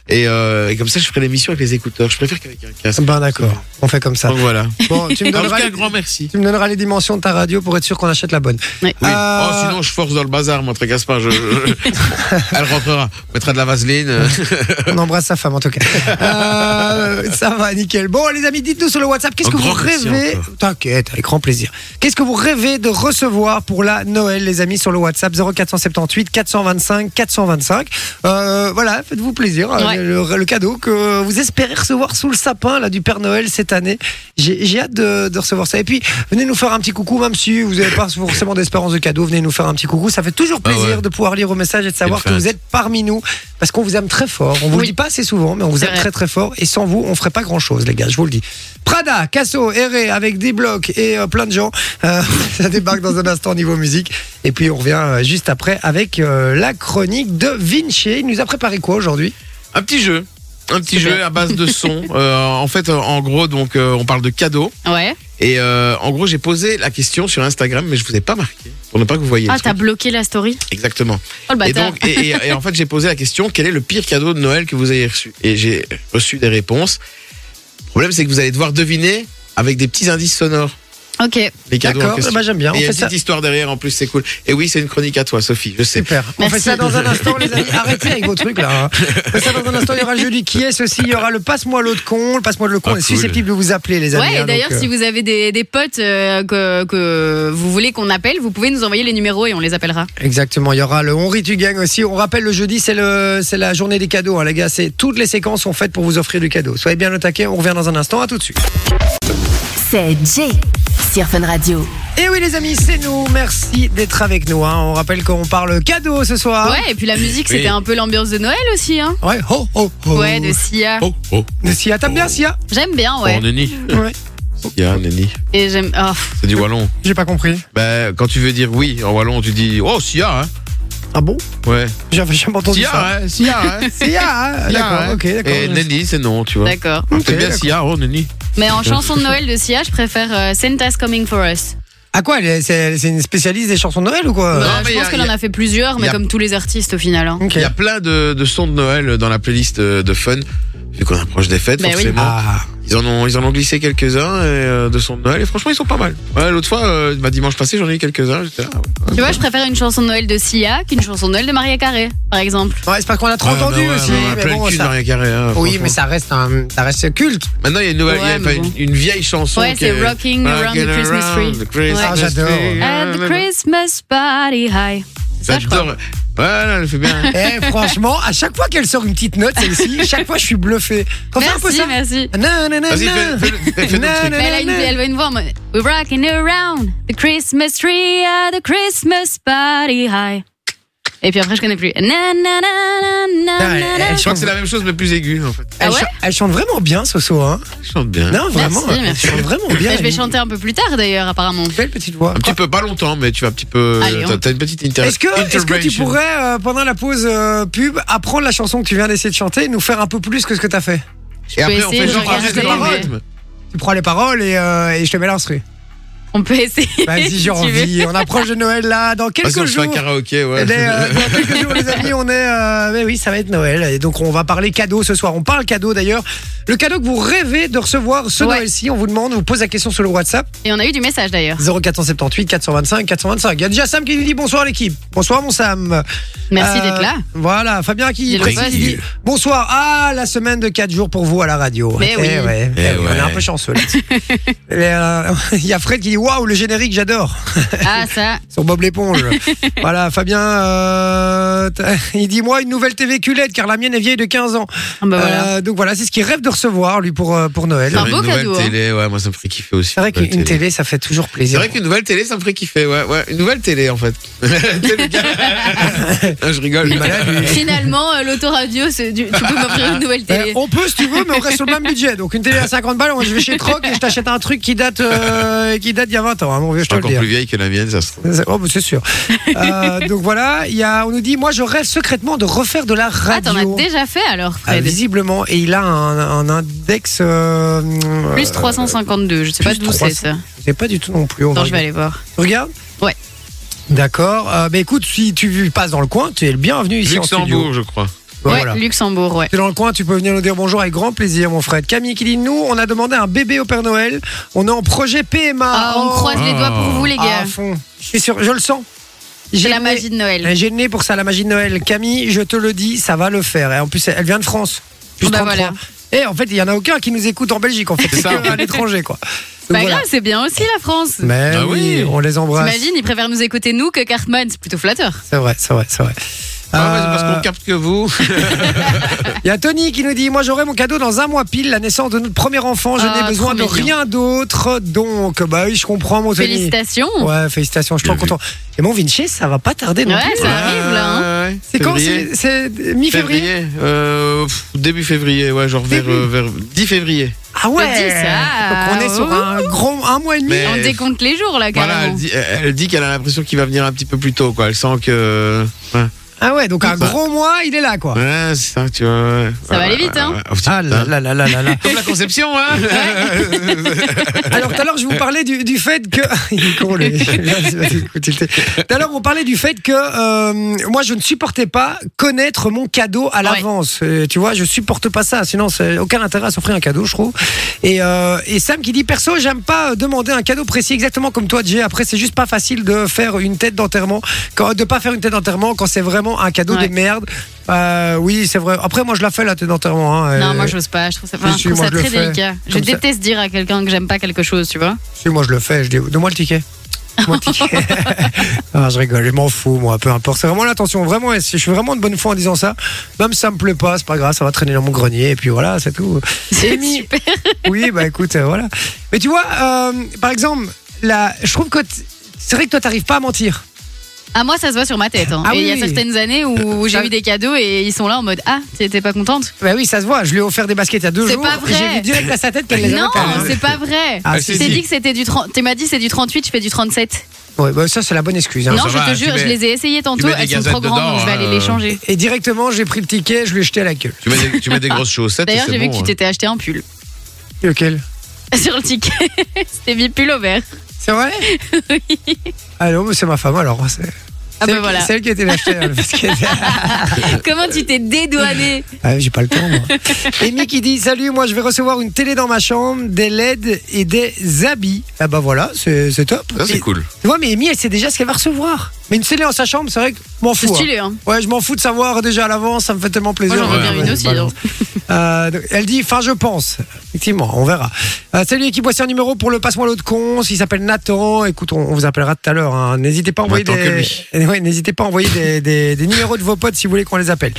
Speaker 2: Et, euh, et comme ça, je ferai l'émission avec les écouteurs. Je préfère qu'avec un casque.
Speaker 1: Ben d'accord, on fait comme ça.
Speaker 2: Donc voilà.
Speaker 1: Bon, tu me
Speaker 2: En tout
Speaker 1: donneras
Speaker 2: cas,
Speaker 1: les,
Speaker 2: grand merci.
Speaker 1: tu me donneras les dimensions de ta radio pour être sûr qu'on achète la bonne.
Speaker 2: Oui.
Speaker 1: Euh,
Speaker 2: Oh, sinon, je force dans le bazar, mon très Gaspard. Je, je- Elle rentrera. On mettra de la vaseline. euh.
Speaker 1: On embrasse sa femme en tout cas. Euh, ça va, nickel. Bon, les amis, dites-nous sur le WhatsApp, qu'est-ce
Speaker 2: Un
Speaker 1: que vous
Speaker 2: Oh, grand merci
Speaker 1: rêvez
Speaker 2: encore.
Speaker 1: T'inquiète, avec grand plaisir. Qu'est-ce que vous rêvez de recevoir pour la Noël, les amis, sur le WhatsApp 0478 425 425. Euh, voilà, faites-vous plaisir. Euh,
Speaker 3: Ouais.
Speaker 1: Le, le cadeau que vous espérez recevoir sous le sapin là du Père Noël cette année. J'ai j'ai hâte de, de recevoir ça. Et puis, venez nous faire un petit coucou, même si vous n'avez pas forcément d'espérance de cadeau, venez nous faire un petit coucou. Ça fait toujours
Speaker 2: Ah ouais.
Speaker 1: plaisir de pouvoir lire vos messages et de savoir
Speaker 2: Une
Speaker 1: que
Speaker 2: fête.
Speaker 1: vous êtes parmi nous parce qu'on vous aime très fort. On vous le
Speaker 3: Oui.
Speaker 1: dit pas assez souvent, mais on vous
Speaker 3: C'est
Speaker 1: aime
Speaker 3: vrai.
Speaker 1: très très fort. Et sans vous, on ferait pas grand chose, les gars. Je vous le dis. Prada, Casso, Erré, avec des blocs et euh, plein de gens. Euh, ça débarque dans un instant niveau musique. Et puis on revient euh, juste après avec euh, la chronique de Vinci. Il nous a préparé quoi aujourd'hui
Speaker 2: Un petit jeu. Un petit
Speaker 3: Super.
Speaker 2: jeu à base de sons. Euh, en fait, euh, en gros, donc, euh, on parle de cadeaux.
Speaker 3: Ouais. Ah,
Speaker 2: Et euh, en gros, j'ai posé la question sur Instagram, mais je vous ai pas marqué. Pour ne pas que vous voyez.
Speaker 3: Ah,
Speaker 2: le
Speaker 3: t'as
Speaker 2: truc.
Speaker 3: bloqué la story
Speaker 2: Exactement.
Speaker 3: Oh le
Speaker 2: Et
Speaker 3: bâtard.
Speaker 2: donc, et, et- et en fait, j'ai posé la question quel est le pire cadeau de Noël que vous ayez reçu Et j'ai reçu des réponses. Le problème, c'est que vous allez devoir deviner avec des petits indices sonores
Speaker 3: Ok.
Speaker 2: les cadeaux en
Speaker 1: D'accord,
Speaker 2: question.
Speaker 1: eh ben, j'aime bien. On
Speaker 2: Et il y a
Speaker 1: fait
Speaker 2: une
Speaker 1: ça.
Speaker 2: petite histoire derrière en plus, c'est cool. Et oui, c'est une chronique à toi, Sophie, je sais.
Speaker 1: Super. On
Speaker 3: Merci.
Speaker 1: fait ça dans un instant, les amis. Arrêtez avec vos trucs là. hein. On fait ça dans un instant. Il y aura le jeu du qui est ceci. Il y aura le passe-moi l'autre con. Le passe-moi le con
Speaker 2: Ah,
Speaker 1: est
Speaker 2: cool.
Speaker 1: susceptible de vous appeler, les amis.
Speaker 3: Ouais,
Speaker 1: hein,
Speaker 3: et d'ailleurs,
Speaker 1: donc, euh,
Speaker 3: si vous avez des, des potes euh, que, que vous voulez qu'on appelle, vous pouvez nous envoyer les numéros et on les appellera.
Speaker 1: Exactement, il y aura le On rit, tu gagnes aussi. On rappelle le jeudi, c'est le c'est la journée des cadeaux, hein, les gars. C'est toutes les séquences sont faites pour vous offrir du cadeau. Soyez bien au taquet. On revient dans un instant. À tout de suite.
Speaker 4: C'est Jay sur Fun Radio.
Speaker 1: Et oui, les amis, c'est nous. Merci d'être avec nous. hein. On rappelle qu'on parle cadeau ce soir.
Speaker 3: Ouais, et puis la musique, c'était
Speaker 2: Ah. Oui.
Speaker 3: un peu l'ambiance de Noël aussi. Hein.
Speaker 1: Ouais. Ho ho ho.
Speaker 3: Ouais, de Sia.
Speaker 2: Oh, oh.
Speaker 1: De Sia, t'aimes bien Sia
Speaker 3: J'aime bien, ouais.
Speaker 2: Oh, Hein. Nenni.
Speaker 1: Ouais.
Speaker 2: Il y a un Nenni.
Speaker 3: Et j'aime. oh, pff,
Speaker 2: C'est du wallon.
Speaker 1: J'ai pas compris.
Speaker 2: Ben, quand tu veux dire oui en wallon, tu dis oh, Sia, hein.
Speaker 1: Ah bon
Speaker 2: Ouais.
Speaker 1: J'avais jamais entendu ça.
Speaker 2: Sia, hein. Sia, hein.
Speaker 1: Sia, hein
Speaker 2: Sia,
Speaker 1: d'accord.
Speaker 2: hein.
Speaker 1: Ok, d'accord.
Speaker 2: Et Nenni, c'est non, tu vois.
Speaker 3: D'accord.
Speaker 2: Ah,
Speaker 1: Ok,
Speaker 2: T'aimes bien
Speaker 1: d'accord.
Speaker 2: Sia, oh, Nenni.
Speaker 3: Mais en chanson de Noël de Sia, je préfère euh, Santa's Coming for Us.
Speaker 1: À quoi elle est- C'est c'est une spécialiste des chansons de Noël ou quoi
Speaker 3: Bah,
Speaker 2: Euh, Non, mais
Speaker 3: je
Speaker 2: y
Speaker 3: pense
Speaker 2: a-
Speaker 3: qu'elle
Speaker 2: y a-
Speaker 3: en a fait plusieurs, mais
Speaker 2: y a-
Speaker 3: comme tous les artistes au final. hein.
Speaker 1: Ok.
Speaker 2: Il y a plein de, de sons de Noël dans la playlist euh, de Fun. Vu qu'on approche des fêtes,
Speaker 3: Ben oui.
Speaker 2: forcément.
Speaker 1: Ah.
Speaker 2: Ils, en ont, ils en ont glissé quelques-uns et, euh, de sons de Noël. Et franchement, ils sont pas mal. Ouais, L'autre fois, euh, bah, dimanche passé, j'en ai eu quelques-uns. J'étais là. ah ouais.
Speaker 3: Tu vois, je préfère une chanson de Noël de Sia qu'une chanson de Noël de Maria Carré, par exemple.
Speaker 1: Ouais, c'est parce qu'on a trop
Speaker 2: Ouais,
Speaker 1: entendu
Speaker 2: bah ouais,
Speaker 1: aussi.
Speaker 2: bah ouais,
Speaker 1: mais
Speaker 2: plein
Speaker 1: bon,
Speaker 2: le cul de
Speaker 1: ça-
Speaker 2: Maria Carré. hein,
Speaker 1: Oui,
Speaker 2: franchement.
Speaker 1: mais ça reste un, ça reste culte.
Speaker 2: Maintenant, il y a une nouvelle,
Speaker 3: Ouais,
Speaker 2: il y a-
Speaker 3: mais
Speaker 2: enfin,
Speaker 3: bon.
Speaker 2: une, une vieille chanson.
Speaker 3: Ouais,
Speaker 2: qui
Speaker 3: c'est
Speaker 2: est-
Speaker 3: Rocking Around the
Speaker 2: Rocking
Speaker 3: Christmas Tree.
Speaker 2: Around the Christmas
Speaker 1: Ah, j'adore.
Speaker 2: Tree.
Speaker 3: At the Christmas party high. C'est ça, je crois.
Speaker 2: J'adore. Voilà, elle fait bien.
Speaker 1: Eh, franchement, à chaque fois qu'elle sort une petite note, celle-ci, chaque fois je suis bluffé. Refais un peu
Speaker 3: Merci,
Speaker 1: ça.
Speaker 3: merci.
Speaker 1: Nanana.
Speaker 2: Vas-y, fais, fais, fais, fais ton truc.
Speaker 3: Mais elle, a une, elle a une voix en mode We're rocking around the Christmas tree at the Christmas party high. Et puis après, je connais plus. Na, na, na, na, na,
Speaker 1: Ah, elle-
Speaker 3: na,
Speaker 1: elle
Speaker 3: na.
Speaker 2: Je crois que c'est la même chose, mais plus aiguë, en fait.
Speaker 1: Elle,
Speaker 3: Ah ouais
Speaker 1: chan- elle chante vraiment bien, Soso. Hein.
Speaker 2: Elle chante bien.
Speaker 1: Non, vraiment. hein.
Speaker 3: Merci,
Speaker 1: elle
Speaker 3: merci.
Speaker 1: chante vraiment bien.
Speaker 3: Mais je vais
Speaker 1: Elle a une
Speaker 3: chanter un peu plus tard d'ailleurs, apparemment.
Speaker 1: Belle petite voix.
Speaker 2: Un petit peu, pas longtemps, mais tu vas un petit peu.
Speaker 3: Allez, on-
Speaker 2: t'as- T'as une petite inter...
Speaker 1: Est-ce que, est-ce que tu
Speaker 2: intervention.
Speaker 1: pourrais, euh, pendant la pause euh, pub, apprendre la chanson que tu viens d'essayer de chanter et nous faire un peu plus que ce que t'as fait
Speaker 2: Et après,
Speaker 3: peux
Speaker 2: on
Speaker 3: essayer
Speaker 2: fait
Speaker 3: de
Speaker 2: genre
Speaker 3: regarder,
Speaker 2: arrête de
Speaker 3: mais-
Speaker 2: parole.
Speaker 1: Tu prends les paroles et, euh, et je te mets l'instru.
Speaker 3: On peut essayer.
Speaker 1: Vas-y,
Speaker 3: si
Speaker 1: j'ai
Speaker 3: tu veux.
Speaker 1: envie. On approche de Noël là, dans quelques
Speaker 2: Parce qu'on se
Speaker 1: jours.
Speaker 2: fait un karaoké, ouais.
Speaker 1: Eh ben, euh, dans quelques jours, les amis, on est. euh, mais oui, ça va être Noël. Et donc, on va parler cadeau ce soir. On parle cadeau d'ailleurs. Le cadeau que vous rêvez de recevoir ce
Speaker 3: Ouais.
Speaker 1: Noël-ci, on vous demande, on vous pose la question sur le WhatsApp
Speaker 3: Et on a eu du message d'ailleurs.
Speaker 1: 0478 425 425. Il y a déjà Sam qui nous dit bonsoir l'équipe. Bonsoir mon Sam.
Speaker 3: Merci
Speaker 1: Euh,
Speaker 3: d'être là.
Speaker 1: Voilà, Fabien qui
Speaker 3: J'ai le
Speaker 1: précise,
Speaker 3: buzz.
Speaker 1: il dit, Bonsoir, ah, la semaine de 4 jours pour vous à la radio.
Speaker 3: Mais
Speaker 1: Eh
Speaker 3: oui.
Speaker 1: ouais,
Speaker 2: Eh
Speaker 1: eh oui, On est
Speaker 2: ouais.
Speaker 1: un peu chanceux là. Il y a Fred qui dit Waouh, le générique, j'adore.
Speaker 3: Ah, ça.
Speaker 1: Sur Bob l'éponge. voilà, Fabien, euh, t'as- il dit Moi, une nouvelle TV culette, car la mienne est vieille de 15 ans.
Speaker 3: Ah, bah voilà.
Speaker 1: Euh, donc voilà, c'est ce qu'il rêve de recevoir, lui, pour, euh, pour Noël.
Speaker 3: C'est un
Speaker 2: J'aurais
Speaker 3: beau
Speaker 2: une nouvelle
Speaker 3: cadeau, hein.
Speaker 2: télé, ouais, moi ça me ferait kiffer aussi.
Speaker 1: C'est vrai
Speaker 2: nouvelle
Speaker 1: qu'une télé, ça fait toujours
Speaker 2: C'est
Speaker 1: plaisir.
Speaker 2: vrai qu'une nouvelle télé, ça me ferait kiffer, ouais, ouais. Une nouvelle télé, en fait. Tu sais, le gars- Non, je rigole.
Speaker 1: Il est malade, lui.
Speaker 3: Finalement, euh, l'autoradio, c'est du- tu peux m'offrir une nouvelle
Speaker 1: Eh,
Speaker 3: télé.
Speaker 1: on peut si tu veux, mais on reste sur le même budget. Donc une télé à 50 balles, on- je vais chez Troc et je t'achète un truc qui date euh, qui date il y a 20 ans, hein, mon vieux, je te le
Speaker 2: Encore
Speaker 1: dis.
Speaker 2: plus vieille que la mienne, ça se trouve.
Speaker 1: Oh, mais c'est sûr. Euh, donc voilà, il y a, on nous dit, moi je rêve secrètement de refaire de la
Speaker 3: Ah, t'en as
Speaker 1: radio.
Speaker 3: déjà fait alors,
Speaker 1: Ah,
Speaker 3: Fred
Speaker 1: visiblement, et il a un, un index. euh,
Speaker 3: Plus
Speaker 1: euh,
Speaker 3: 352, je sais
Speaker 1: plus
Speaker 3: pas d'où c'est ça.
Speaker 1: Je sais pas du tout non plus. on va
Speaker 3: Attends, je vais aller voir.
Speaker 1: Tu regardes
Speaker 3: Ouais.
Speaker 1: D'accord. Euh, bah, écoute, si tu passes dans le coin, tu es le bienvenu ici en studio.
Speaker 2: Luxembourg, je crois.
Speaker 1: Bah,
Speaker 3: ouais,
Speaker 1: voilà.
Speaker 3: Luxembourg, ouais.
Speaker 1: T'es dans le coin, tu peux venir nous dire bonjour avec grand plaisir, mon Fred. Camille qui dit Nous, on a demandé un bébé au Père Noël. On est en projet PMA.
Speaker 3: Ah, on
Speaker 1: Oh,
Speaker 3: croise les doigts pour vous, les
Speaker 1: ah,
Speaker 3: gars.
Speaker 1: à fond. Je suis sûr, je le sens.
Speaker 3: C'est
Speaker 1: J'ai
Speaker 3: la
Speaker 1: le nez-
Speaker 3: magie de Noël.
Speaker 1: J'ai le nez pour ça, la magie de Noël. Camille, je te le dis, ça va le faire. Et en plus, elle vient de France. Plus
Speaker 3: Bah
Speaker 1: 33.
Speaker 3: voilà.
Speaker 1: Et en fait, il y en a aucun qui nous écoute en Belgique, en fait.
Speaker 2: C'est ça.
Speaker 1: que à l'étranger, quoi.
Speaker 3: Pas
Speaker 1: Donc, voilà.
Speaker 3: Bah,
Speaker 1: Bah,
Speaker 3: grave, c'est bien aussi la France.
Speaker 1: Mais
Speaker 2: Ah
Speaker 1: oui,
Speaker 2: oui.
Speaker 1: on les embrasse.
Speaker 3: T'imagines, ils préfèrent nous écouter nous que Cartman, c'est plutôt flatteur.
Speaker 1: C'est vrai, c'est vrai, c'est vrai.
Speaker 2: Ah, ouais, c'est parce
Speaker 1: Euh,
Speaker 2: qu'on capte que vous.
Speaker 1: Il y a Tony qui nous dit Moi, j'aurai mon cadeau dans un mois pile, la naissance de notre premier enfant. Je
Speaker 3: Ah,
Speaker 1: n'ai besoin
Speaker 3: trop
Speaker 1: de
Speaker 3: mignon.
Speaker 1: rien d'autre. Donc, bah oui, je comprends, mon Tony.
Speaker 3: Félicitations.
Speaker 1: Ouais, félicitations, je suis trop
Speaker 2: Bien vu.
Speaker 1: content. Et mon Vinci, ça va pas tarder non
Speaker 3: Ouais,
Speaker 1: plus. hein.
Speaker 3: ça arrive, là, hein.
Speaker 2: Ouais, ouais.
Speaker 1: C'est quand
Speaker 2: Février.
Speaker 1: C'est c'est mi-février
Speaker 2: Février euh, pff, Début février, ouais, genre vers,
Speaker 1: Début.
Speaker 2: euh, vers 10 février.
Speaker 1: Ah ouais
Speaker 3: Le 10, ah,
Speaker 1: Donc on est sur un, grand, un mois et demi.
Speaker 2: Mais-
Speaker 3: On décompte les jours là,
Speaker 2: Voilà, elle
Speaker 3: carrément.
Speaker 2: dit elle dit qu'elle a l'impression qu'il va venir un petit peu plus tôt, quoi. Elle sent que. Ouais,
Speaker 1: Ah ouais, donc un
Speaker 2: Bah.
Speaker 1: gros mois, il est là, quoi.
Speaker 2: Ouais, c'est ça, tu vois. ouais.
Speaker 3: Ça va aller vite, hein.
Speaker 2: Ouais, ouais, ouais. Oh, putain.
Speaker 1: Ah là là là là là là.
Speaker 2: Comme la conception, hein
Speaker 1: Alors tout à l'heure je vous parlais du, du fait que il est con, lui. Vas-y, vas-y, écoute, il était- Tout à l'heure on parlait du fait que euh, moi je ne supportais pas connaître mon cadeau à l'avance. Euh, tu vois, je supporte pas ça. Sinon c'est aucun intérêt à s'offrir un cadeau, je trouve. Et, euh, et Sam qui dit perso j'aime pas euh, demander un cadeau précis exactement comme toi Jay. Après c'est juste pas facile de faire une tête d'enterrement, quand, de pas faire une tête d'enterrement quand c'est vraiment un cadeau
Speaker 3: Ouais.
Speaker 1: de merde. Euh, oui c'est vrai. Après moi je la fais la tête d'enterrement. hein.
Speaker 3: Non,
Speaker 1: Euh,
Speaker 3: moi j'ose pas, je trouve ça,
Speaker 1: Si,
Speaker 3: enfin,
Speaker 1: si,
Speaker 3: je trouve
Speaker 1: moi,
Speaker 3: ça
Speaker 1: je le
Speaker 3: très
Speaker 1: fais.
Speaker 3: délicat. Je
Speaker 1: Comme ça.
Speaker 3: déteste dire à quelqu'un que j'aime pas quelque chose, tu vois.
Speaker 1: Si, moi je le fais, je dis, donne-moi le ticket. Donne-moi le ticket. Ah, je rigole, je m'en fous, moi, peu importe. C'est vraiment l'attention, vraiment, et si je suis vraiment de bonne foi en disant ça. Même si ça me plaît pas, c'est pas grave, ça va traîner dans mon grenier, et puis voilà, c'est tout.
Speaker 3: C'est
Speaker 1: Amy.
Speaker 3: super.
Speaker 1: Oui, bah écoute, euh, voilà. Mais tu vois, euh, par exemple, là, je trouve que t- c'est vrai que toi, t'arrives pas à mentir.
Speaker 3: Ah, moi ça se voit sur ma tête. hein.
Speaker 1: Ah
Speaker 3: et il y a
Speaker 1: oui.
Speaker 3: certaines années où j'ai
Speaker 1: ça-
Speaker 3: eu des cadeaux et ils sont là en mode Ah, tu étais pas contente
Speaker 1: Bah oui, ça se voit, je lui ai offert des baskets il y a deux
Speaker 3: C'est
Speaker 1: jours,
Speaker 3: pas vrai.
Speaker 1: et j'ai vu direct à sa tête qu'elle les avait
Speaker 3: Non,
Speaker 1: pas.
Speaker 3: c'est pas vrai.
Speaker 1: Ah,
Speaker 3: Je
Speaker 1: si,
Speaker 3: t'ai
Speaker 2: si.
Speaker 3: dit que c'était du 30. Tu m'as dit c'est du 38, je fais du 37.
Speaker 1: Ouais, bah, ça, c'est la bonne excuse. hein.
Speaker 3: Non,
Speaker 2: ça
Speaker 3: je
Speaker 2: va,
Speaker 3: te
Speaker 2: tu
Speaker 3: jure, je
Speaker 2: mets-
Speaker 3: les ai essayés tantôt,
Speaker 2: mets des
Speaker 3: elles sont
Speaker 2: gazettes
Speaker 3: trop grandes,
Speaker 2: dedans,
Speaker 3: donc je vais
Speaker 2: hein,
Speaker 3: aller les changer.
Speaker 1: Et directement, j'ai pris le ticket, je lui ai jeté à la queue.
Speaker 2: tu, mets des, tu mets des grosses chaussettes. et
Speaker 3: D'ailleurs,
Speaker 2: c'est
Speaker 3: j'ai vu
Speaker 2: bon,
Speaker 3: que tu
Speaker 2: hein.
Speaker 3: t'étais acheté un pull
Speaker 1: Lequel
Speaker 3: sur le ticket. C'était mi pull au vert.
Speaker 1: C'est vrai Ah non, mais c'est ma femme alors. C'est c'est
Speaker 3: Ah bah
Speaker 1: elle qui-
Speaker 3: voilà.
Speaker 1: c'est elle qui était l'achetée. elle, parce que-
Speaker 3: Comment tu t'es dédouané
Speaker 1: Ah, J'ai pas le temps, moi. Amy qui dit Salut, moi je vais recevoir une télé dans ma chambre, des LED et des habits. Ah bah voilà, c'est c'est top.
Speaker 2: Ça, c'est
Speaker 1: Et-
Speaker 2: cool.
Speaker 1: Tu vois, mais Amy, elle sait déjà ce qu'elle va recevoir. Mais une scellée en sa chambre, c'est vrai que je m'en
Speaker 3: C'est
Speaker 1: fous. hein.
Speaker 3: stylé, hein.
Speaker 1: Ouais, je m'en fous de savoir déjà à l'avance, ça me fait tellement plaisir.
Speaker 3: Moi, j'en veux
Speaker 2: ouais,
Speaker 3: bien
Speaker 2: ouais,
Speaker 3: une aussi. hein.
Speaker 1: balance.
Speaker 3: donc.
Speaker 1: Euh, donc, elle dit, enfin je pense. Effectivement, on verra. Euh, salut équipe, voici un numéro pour le passe-moi l'autre con. Il s'appelle Nathan. Écoute, on, on vous appellera tout à l'heure. hein. N'hésitez pas à
Speaker 2: On
Speaker 1: envoyer
Speaker 2: attend que
Speaker 1: des.
Speaker 2: lui.
Speaker 1: Eh ouais, N'hésitez pas à envoyer des, des- des numéros de vos potes si vous voulez qu'on les appelle.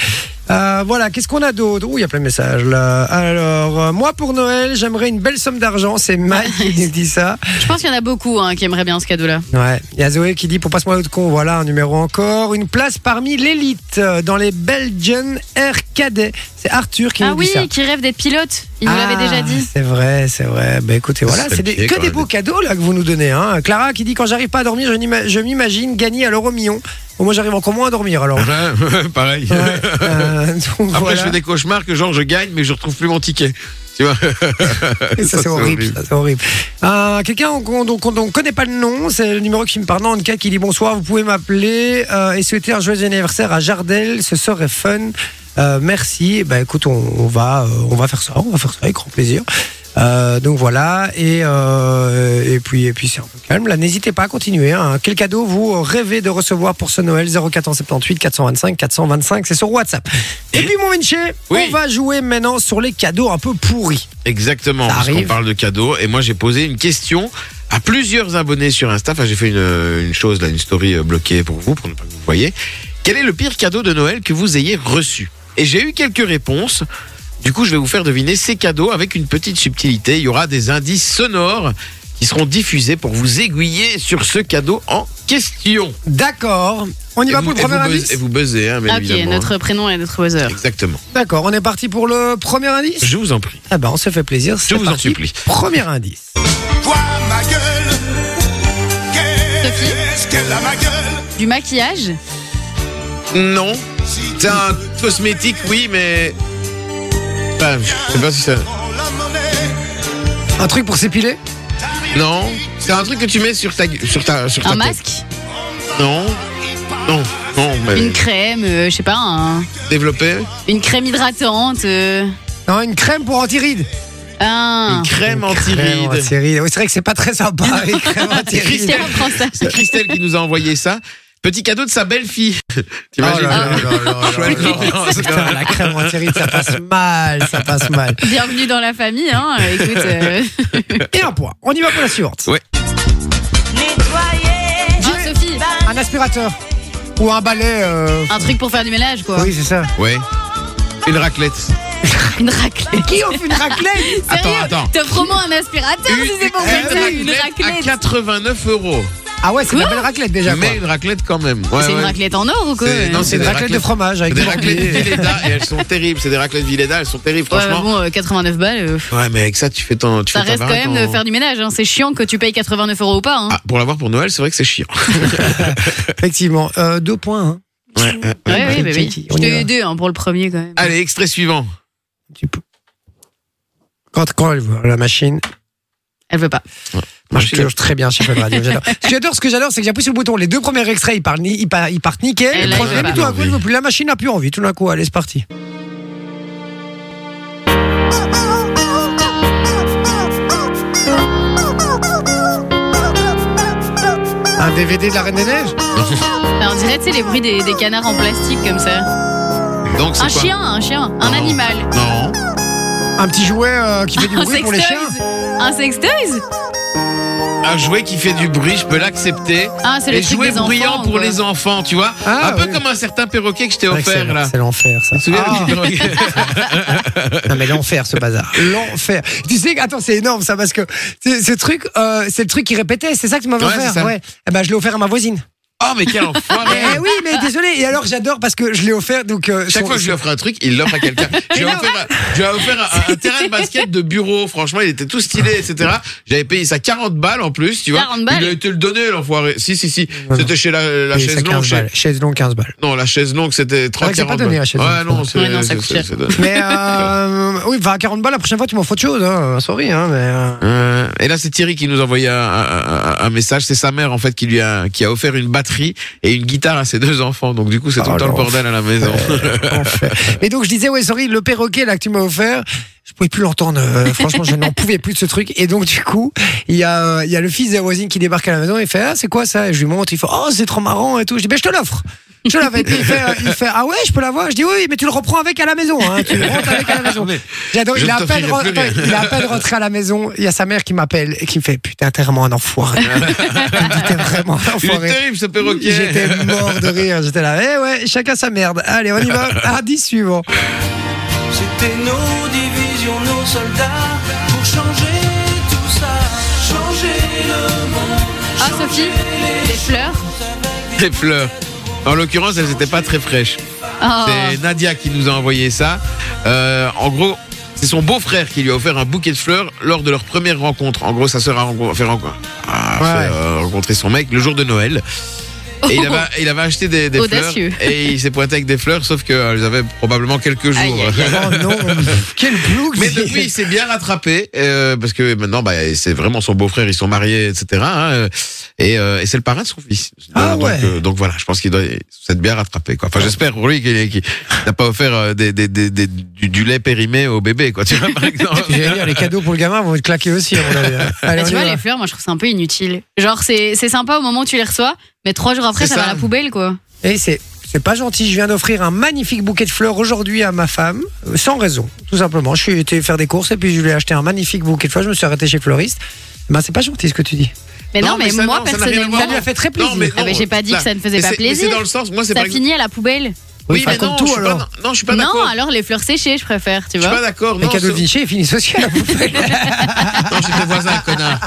Speaker 1: Euh, voilà, qu'est-ce qu'on a d'autre Ouh, il y a plein de messages là. Alors, euh, moi pour Noël, j'aimerais une belle somme d'argent. C'est Mike qui nous dit ça.
Speaker 3: Je pense qu'il y en a beaucoup hein, qui aimeraient bien ce cadeau-là.
Speaker 1: Ouais, il y a Zoé qui dit pour passe-moi l'autre con, voilà un numéro encore. Une place parmi l'élite euh, dans les Belgian Air Cadets. C'est Arthur qui
Speaker 3: Ah
Speaker 1: nous
Speaker 3: oui,
Speaker 1: dit ça.
Speaker 3: qui rêve d'être pilote. Il nous l'avait
Speaker 1: Ah,
Speaker 3: déjà dit.
Speaker 1: C'est vrai, c'est vrai. Ben écoutez, voilà,
Speaker 2: serait
Speaker 1: c'est des-
Speaker 2: pied
Speaker 1: que
Speaker 2: quand
Speaker 1: des
Speaker 2: même.
Speaker 1: beaux cadeaux là que vous nous donnez. hein. Clara qui dit quand j'arrive pas à dormir, je n'ima- je m'imagine gagner à l'euro million. Bon, moi j'arrive encore moins à dormir alors.
Speaker 2: Ouais, pareil.
Speaker 1: Ouais, euh, donc,
Speaker 2: Après,
Speaker 1: voilà.
Speaker 2: je fais des cauchemars que genre je gagne, mais je retrouve plus mon ticket. Tu vois
Speaker 1: Et ça, c'est horrible. ça, c'est horrible. Euh, Quelqu'un qu'on- dont on ne connaît pas le nom, c'est le numéro qui me parle, non, en cas qui dit bonsoir, vous pouvez m'appeler euh, et souhaiter un joyeux anniversaire à Jardel, ce serait fun. Euh, merci. Eh Ben, écoute, on, on va, euh, on va faire ça, on va faire ça avec grand plaisir. Euh, donc voilà, et, euh, et puis, et puis c'est un peu calme. Là, n'hésitez pas à continuer. hein. Quel cadeau vous rêvez de recevoir pour ce Noël 0478 425 425, c'est sur WhatsApp. Et puis, mon Vinci,
Speaker 2: Oui.
Speaker 1: on va jouer maintenant sur les cadeaux un peu pourris.
Speaker 2: Exactement,
Speaker 1: Ça
Speaker 2: parce qu'on
Speaker 1: arrive.
Speaker 2: parle de cadeaux. Et moi, j'ai posé une question à plusieurs abonnés sur Insta. Enfin, j'ai fait une, une chose, là, une story euh, bloquée pour vous, pour ne pas que vous voyez. Quel est le pire cadeau de Noël que vous ayez reçu Et j'ai eu quelques réponses. Du coup, je vais vous faire deviner ces cadeaux avec une petite subtilité. Il y aura des indices sonores qui seront diffusés pour vous aiguiller sur ce cadeau en question.
Speaker 1: D'accord. On y
Speaker 2: et,
Speaker 1: va
Speaker 2: vous,
Speaker 1: pour le
Speaker 2: et
Speaker 1: premier
Speaker 2: vous buzz-
Speaker 1: indice
Speaker 2: et vous buzzez, hein, bien
Speaker 3: Ah, ok,
Speaker 2: évidemment, hein.
Speaker 3: notre prénom et notre buzzer.
Speaker 2: Exactement.
Speaker 1: D'accord, on est parti pour le premier indice
Speaker 2: Je vous en prie.
Speaker 1: Ah ben, on se fait plaisir. c'est
Speaker 2: vous en
Speaker 1: parti.
Speaker 2: supplie.
Speaker 1: Premier indice.
Speaker 5: Vois ma gueule, qu'est-ce qu'elle a ma gueule
Speaker 3: Du maquillage
Speaker 2: Non,
Speaker 5: Si
Speaker 2: C'est un cosmétique, oui, mais. Enfin, je sais pas si ça.
Speaker 5: on la monnaie,
Speaker 1: Un truc pour s'épiler
Speaker 2: Non, c'est un truc que tu mets sur ta. gue- Sur ta sur ta
Speaker 3: Un
Speaker 2: tête.
Speaker 3: masque
Speaker 2: Non, non, non, mais.
Speaker 3: Une crème euh, Je sais pas, un-
Speaker 2: Développé
Speaker 3: une crème hydratante euh,
Speaker 1: Non, une crème pour anti-rides.
Speaker 3: Un...
Speaker 2: Une
Speaker 1: Crème
Speaker 2: crème anti-rides.
Speaker 1: anti-rides. Oui, c'est vrai que c'est pas très sympa, les crèmes anti-rides.
Speaker 3: Christian prend ça.
Speaker 2: C'est Christelle qui nous a envoyé ça. Petit cadeau de sa belle-fille. T'imagines
Speaker 1: Oh là là
Speaker 2: Chouette.
Speaker 1: Putain, la crème anti-rides, ça passe mal, ça passe mal.
Speaker 3: Bienvenue dans la famille, hein. euh, Écoute, euh,
Speaker 1: Et un point. On y va pour la suivante.
Speaker 6: Nettoyer,
Speaker 3: oh, Sophie,
Speaker 1: Un aspirateur. Ou un balai. euh,
Speaker 3: un truc pour faire du ménage, quoi.
Speaker 1: Oui, c'est ça.
Speaker 2: Ouais. Une raclette.
Speaker 3: Ah, Une raclette.
Speaker 1: Et qui offre une raclette
Speaker 2: Attends, attends. Eh
Speaker 3: Sérieux, t'offres vraiment un aspirateur si c'est pour faire ça, une
Speaker 2: à
Speaker 3: raclette.
Speaker 2: 89 euros.
Speaker 1: Ah ouais, c'est
Speaker 3: Quoi
Speaker 1: une belle raclette déjà.
Speaker 2: Mais
Speaker 1: quoi.
Speaker 2: une raclette quand même. Ouais,
Speaker 3: C'est une
Speaker 2: ouais.
Speaker 3: raclette en or ou quoi euh
Speaker 2: C'est- non,
Speaker 1: C'est une
Speaker 2: des
Speaker 1: raclette de
Speaker 2: raclettes-
Speaker 1: fromage avec
Speaker 2: Des
Speaker 1: des
Speaker 2: raclettes
Speaker 1: boucliers.
Speaker 2: Villeda et elles sont terribles. C'est des raclettes Villeda, elles sont terribles,
Speaker 3: Ouais,
Speaker 2: franchement.
Speaker 3: bon, euh, 89 balles. euh, pff,
Speaker 2: Ouais, mais avec ça, tu fais ton. Tu
Speaker 3: ça
Speaker 2: fais ta
Speaker 3: reste quand
Speaker 2: baraque
Speaker 3: même de
Speaker 2: en-
Speaker 3: faire du ménage. hein. C'est chiant que tu payes 89 euros ou pas. hein.
Speaker 2: Ah, pour l'avoir pour Noël, c'est vrai que c'est chiant.
Speaker 1: Effectivement. Euh, deux points. hein.
Speaker 2: Ouais, ouais. Ah.
Speaker 3: ouais, oui,
Speaker 1: ok,
Speaker 3: bah
Speaker 1: ok,
Speaker 3: oui.
Speaker 1: on
Speaker 3: Je
Speaker 1: y
Speaker 3: t'ai
Speaker 1: va.
Speaker 3: eu deux hein, pour le premier quand même.
Speaker 2: Allez, extrait suivant.
Speaker 1: Tu peux. Quand, quand elle voit la machine,
Speaker 3: Elle veut pas.
Speaker 1: moi, je
Speaker 2: Machine.
Speaker 1: pioche très bien chez Fun Radio. J'adore. Ce que j'adore, ce que j'adore, c'est que j'appuie sur le bouton. Les deux premiers extraits, ils partent, ni- ils par- ils partent nickel.
Speaker 3: Et
Speaker 1: Le
Speaker 3: là, il
Speaker 1: troisième,
Speaker 3: va.
Speaker 1: tout d'un coup, elle veut plus. La machine n'a plus envie. Tout d'un coup, allez, c'est parti. Un DVD de la Reine des Neiges
Speaker 3: Alors, on dirait, tu sais, les bruits des, des canards en plastique comme ça.
Speaker 2: Donc, c'est
Speaker 3: Un
Speaker 2: quoi
Speaker 3: chien, un chien, un
Speaker 2: Non.
Speaker 3: animal.
Speaker 2: Non.
Speaker 1: Un petit jouet euh, qui fait du
Speaker 3: Un
Speaker 1: bruit pour les
Speaker 3: sextoys
Speaker 1: chiens
Speaker 3: Un sextoys
Speaker 2: Un jouet qui fait du bruit, je peux l'accepter.
Speaker 3: Ah, c'est le
Speaker 2: Les
Speaker 3: truc
Speaker 2: jouets
Speaker 3: des enfants,
Speaker 2: bruyants pour
Speaker 3: quoi.
Speaker 2: les enfants, tu vois.
Speaker 1: Ah,
Speaker 2: un peu
Speaker 1: oui.
Speaker 2: comme un certain perroquet que je t'ai
Speaker 1: C'est vrai que c'est-
Speaker 2: offert là.
Speaker 1: C'est l'enfer, ça.
Speaker 2: Tu te souviens
Speaker 1: Ah.
Speaker 2: du perroquet
Speaker 1: Non mais l'enfer ce bazar, l'enfer. Tu sais que attends c'est énorme ça parce que c'est- ce truc euh, c'est le truc qu'il répétait, c'est ça que tu m'avais
Speaker 2: Ouais, c'est
Speaker 1: offert.
Speaker 2: ça.
Speaker 1: Ouais. Eh ben je l'ai offert à ma voisine.
Speaker 2: Oh, mais quel enfoiré
Speaker 1: Eh oui mais désolé et alors j'adore parce que je l'ai offert donc euh,
Speaker 2: Chaque
Speaker 1: son-
Speaker 2: fois que je lui offre un truc, il l'offre à quelqu'un. Je lui ai offert, un- je lui ai offert un, un terrain de basket de bureau. Franchement, il était tout stylé, etc. J'avais payé ça 40 balles en plus, tu vois.
Speaker 3: 40 balles
Speaker 2: Il a été le donné, l'enfoiré. Si, si, si.
Speaker 1: Non,
Speaker 2: C'était chez la, la
Speaker 1: Et ça,
Speaker 2: chaise
Speaker 1: 15
Speaker 2: longue. chez-
Speaker 1: balles. Chaise longue 15 balles.
Speaker 2: Non, la chaise longue,
Speaker 1: vrai
Speaker 2: c'était
Speaker 1: que c'est
Speaker 2: 30
Speaker 1: pas
Speaker 2: 40
Speaker 1: donné,
Speaker 2: balles.
Speaker 1: la chaise
Speaker 2: Ouais,
Speaker 1: longue.
Speaker 2: non, c'est
Speaker 3: Ouais, non, ça
Speaker 2: c'est-
Speaker 3: coûte cher.
Speaker 2: c'est- c'est-
Speaker 1: Mais euh, oui, enfin à 40 balles la prochaine fois tu m'offres autre chose hein, sorry hein mais euh,
Speaker 2: Euh, Euh, et là, c'est Thierry qui nous envoyait un, un- un- un message. C'est sa mère, en fait, qui lui a, qui a offert une batterie et une guitare à ses deux enfants. Donc, du coup, c'est tout
Speaker 1: Oh,
Speaker 2: le temps le
Speaker 1: l'enfer. Euh,
Speaker 2: bordel à la maison.
Speaker 1: Mais donc je disais, ouais, sorry, le perroquet là que tu m'as offert, je pouvais plus l'entendre. euh, franchement, je n'en pouvais plus de ce truc. Et donc du coup, il y a, euh, il y a le fils de la voisine qui débarque à la maison. Il fait, ah, c'est quoi ça Et je lui montre. Il fait, oh, c'est trop marrant et tout. Je dis, ben je te l'offre. Je l'avais. Et puis, Il fait, euh, il fait, ah ouais, je peux l'avoir. Je dis oui, mais tu le reprends avec à la maison. Hein. Tu le rentres avec à la maison. J'adore.
Speaker 2: Je
Speaker 1: Il, a
Speaker 2: ne
Speaker 1: à peine
Speaker 2: t'offrirai
Speaker 1: re-
Speaker 2: plus rien.
Speaker 1: attends, il a à peine rentré à la maison. Il y a sa mère qui m'appelle et qui me fait, putain, t'es vraiment un enfoiré. Elle me dit, t'es vraiment un
Speaker 2: Il est
Speaker 1: enfoiré.
Speaker 2: terrible, ce perroquet.
Speaker 1: J'étais mort de rire, j'étais là. Eh ouais, chacun sa merde. Allez, on y va. Indice suivant.
Speaker 6: C'était nos divisions, nos soldats pour changer tout ça, changer le monde.
Speaker 3: Ah, Sophie, les fleurs.
Speaker 2: Des fleurs. En l'occurrence, elles n'étaient pas très fraîches.
Speaker 3: Ah.
Speaker 2: C'est Nadia qui nous a envoyé ça. Euh, en gros, c'est son beau-frère qui lui a offert un bouquet de fleurs lors de leur première rencontre. En gros, sa sœur a, rencontré, fait, rencontre- a
Speaker 1: Ouais.
Speaker 2: fait, euh, rencontrer son mec le jour de Noël. Et il, avait, il avait acheté des, des fleurs
Speaker 3: Oh. Audacieux.
Speaker 2: et il s'est pointé avec des fleurs, sauf qu'elles avaient probablement quelques jours.
Speaker 3: Aïe, aïe,
Speaker 1: Oh non, quel blouc
Speaker 2: Mais depuis, il s'est bien rattrapé euh, parce que maintenant, bah, c'est vraiment son beau-frère, ils sont mariés, etc. hein, euh, et euh, et c'est le parrain de son fils.
Speaker 1: Ah
Speaker 2: donc,
Speaker 1: ouais.
Speaker 2: euh, donc voilà, je pense qu'il doit s'être bien rattrapé. Quoi. Enfin, j'espère pour lui qu'il qu'il n'a pas offert euh, des, des, des, des- du, du lait périmé au bébé, quoi. Tu vois, par exemple.
Speaker 1: J'allais dire, les cadeaux pour le gamin vont être claqués aussi, à mon avis. hein. Allez,
Speaker 3: Mais
Speaker 1: on
Speaker 3: tu
Speaker 1: y
Speaker 3: vois,
Speaker 1: va.
Speaker 3: les fleurs, moi, je trouve ça un peu inutile. Genre, c'est c'est sympa au moment où tu les reçois, mais trois jours après,
Speaker 2: C'est
Speaker 3: ça, va
Speaker 2: ça.
Speaker 3: à la poubelle, quoi.
Speaker 1: Et Eh, c'est. C'est pas gentil, je viens d'offrir un magnifique bouquet de fleurs aujourd'hui à ma femme, euh, sans raison, tout simplement. Je suis été faire des courses et puis je lui ai acheté un magnifique bouquet de fleurs, je me suis arrêté chez le Fleuriste. Ben c'est pas gentil ce que tu dis.
Speaker 3: Mais non,
Speaker 2: Non, mais
Speaker 3: mais,
Speaker 2: ça,
Speaker 3: moi,
Speaker 2: non, ça n'a rien à
Speaker 3: personnellement,
Speaker 2: voir.
Speaker 1: Ça lui a fait très plaisir.
Speaker 2: Non, mais
Speaker 3: Ah, mais j'ai pas dit
Speaker 2: là.
Speaker 3: que ça ne faisait
Speaker 2: Mais
Speaker 3: pas
Speaker 2: c'est- mais
Speaker 3: plaisir.
Speaker 2: C'est dans le sens, moi, c'est
Speaker 3: ça
Speaker 2: par exemple-
Speaker 3: finit à la poubelle.
Speaker 2: Oui,
Speaker 1: Oui,
Speaker 2: mais
Speaker 1: enfin,
Speaker 2: non,
Speaker 1: comme
Speaker 2: je
Speaker 1: tout
Speaker 2: suis pas,
Speaker 1: alors.
Speaker 2: non, je suis pas
Speaker 3: Non,
Speaker 2: d'accord.
Speaker 3: alors les fleurs séchées, je préfère, tu
Speaker 2: Je suis
Speaker 3: vois.
Speaker 2: pas d'accord.
Speaker 1: Les
Speaker 2: Non,
Speaker 1: cadeaux de
Speaker 2: c'est-
Speaker 1: Vinci, ils finissent aussi hein, à la poubelle.
Speaker 2: Non, j'étais voisin, connard.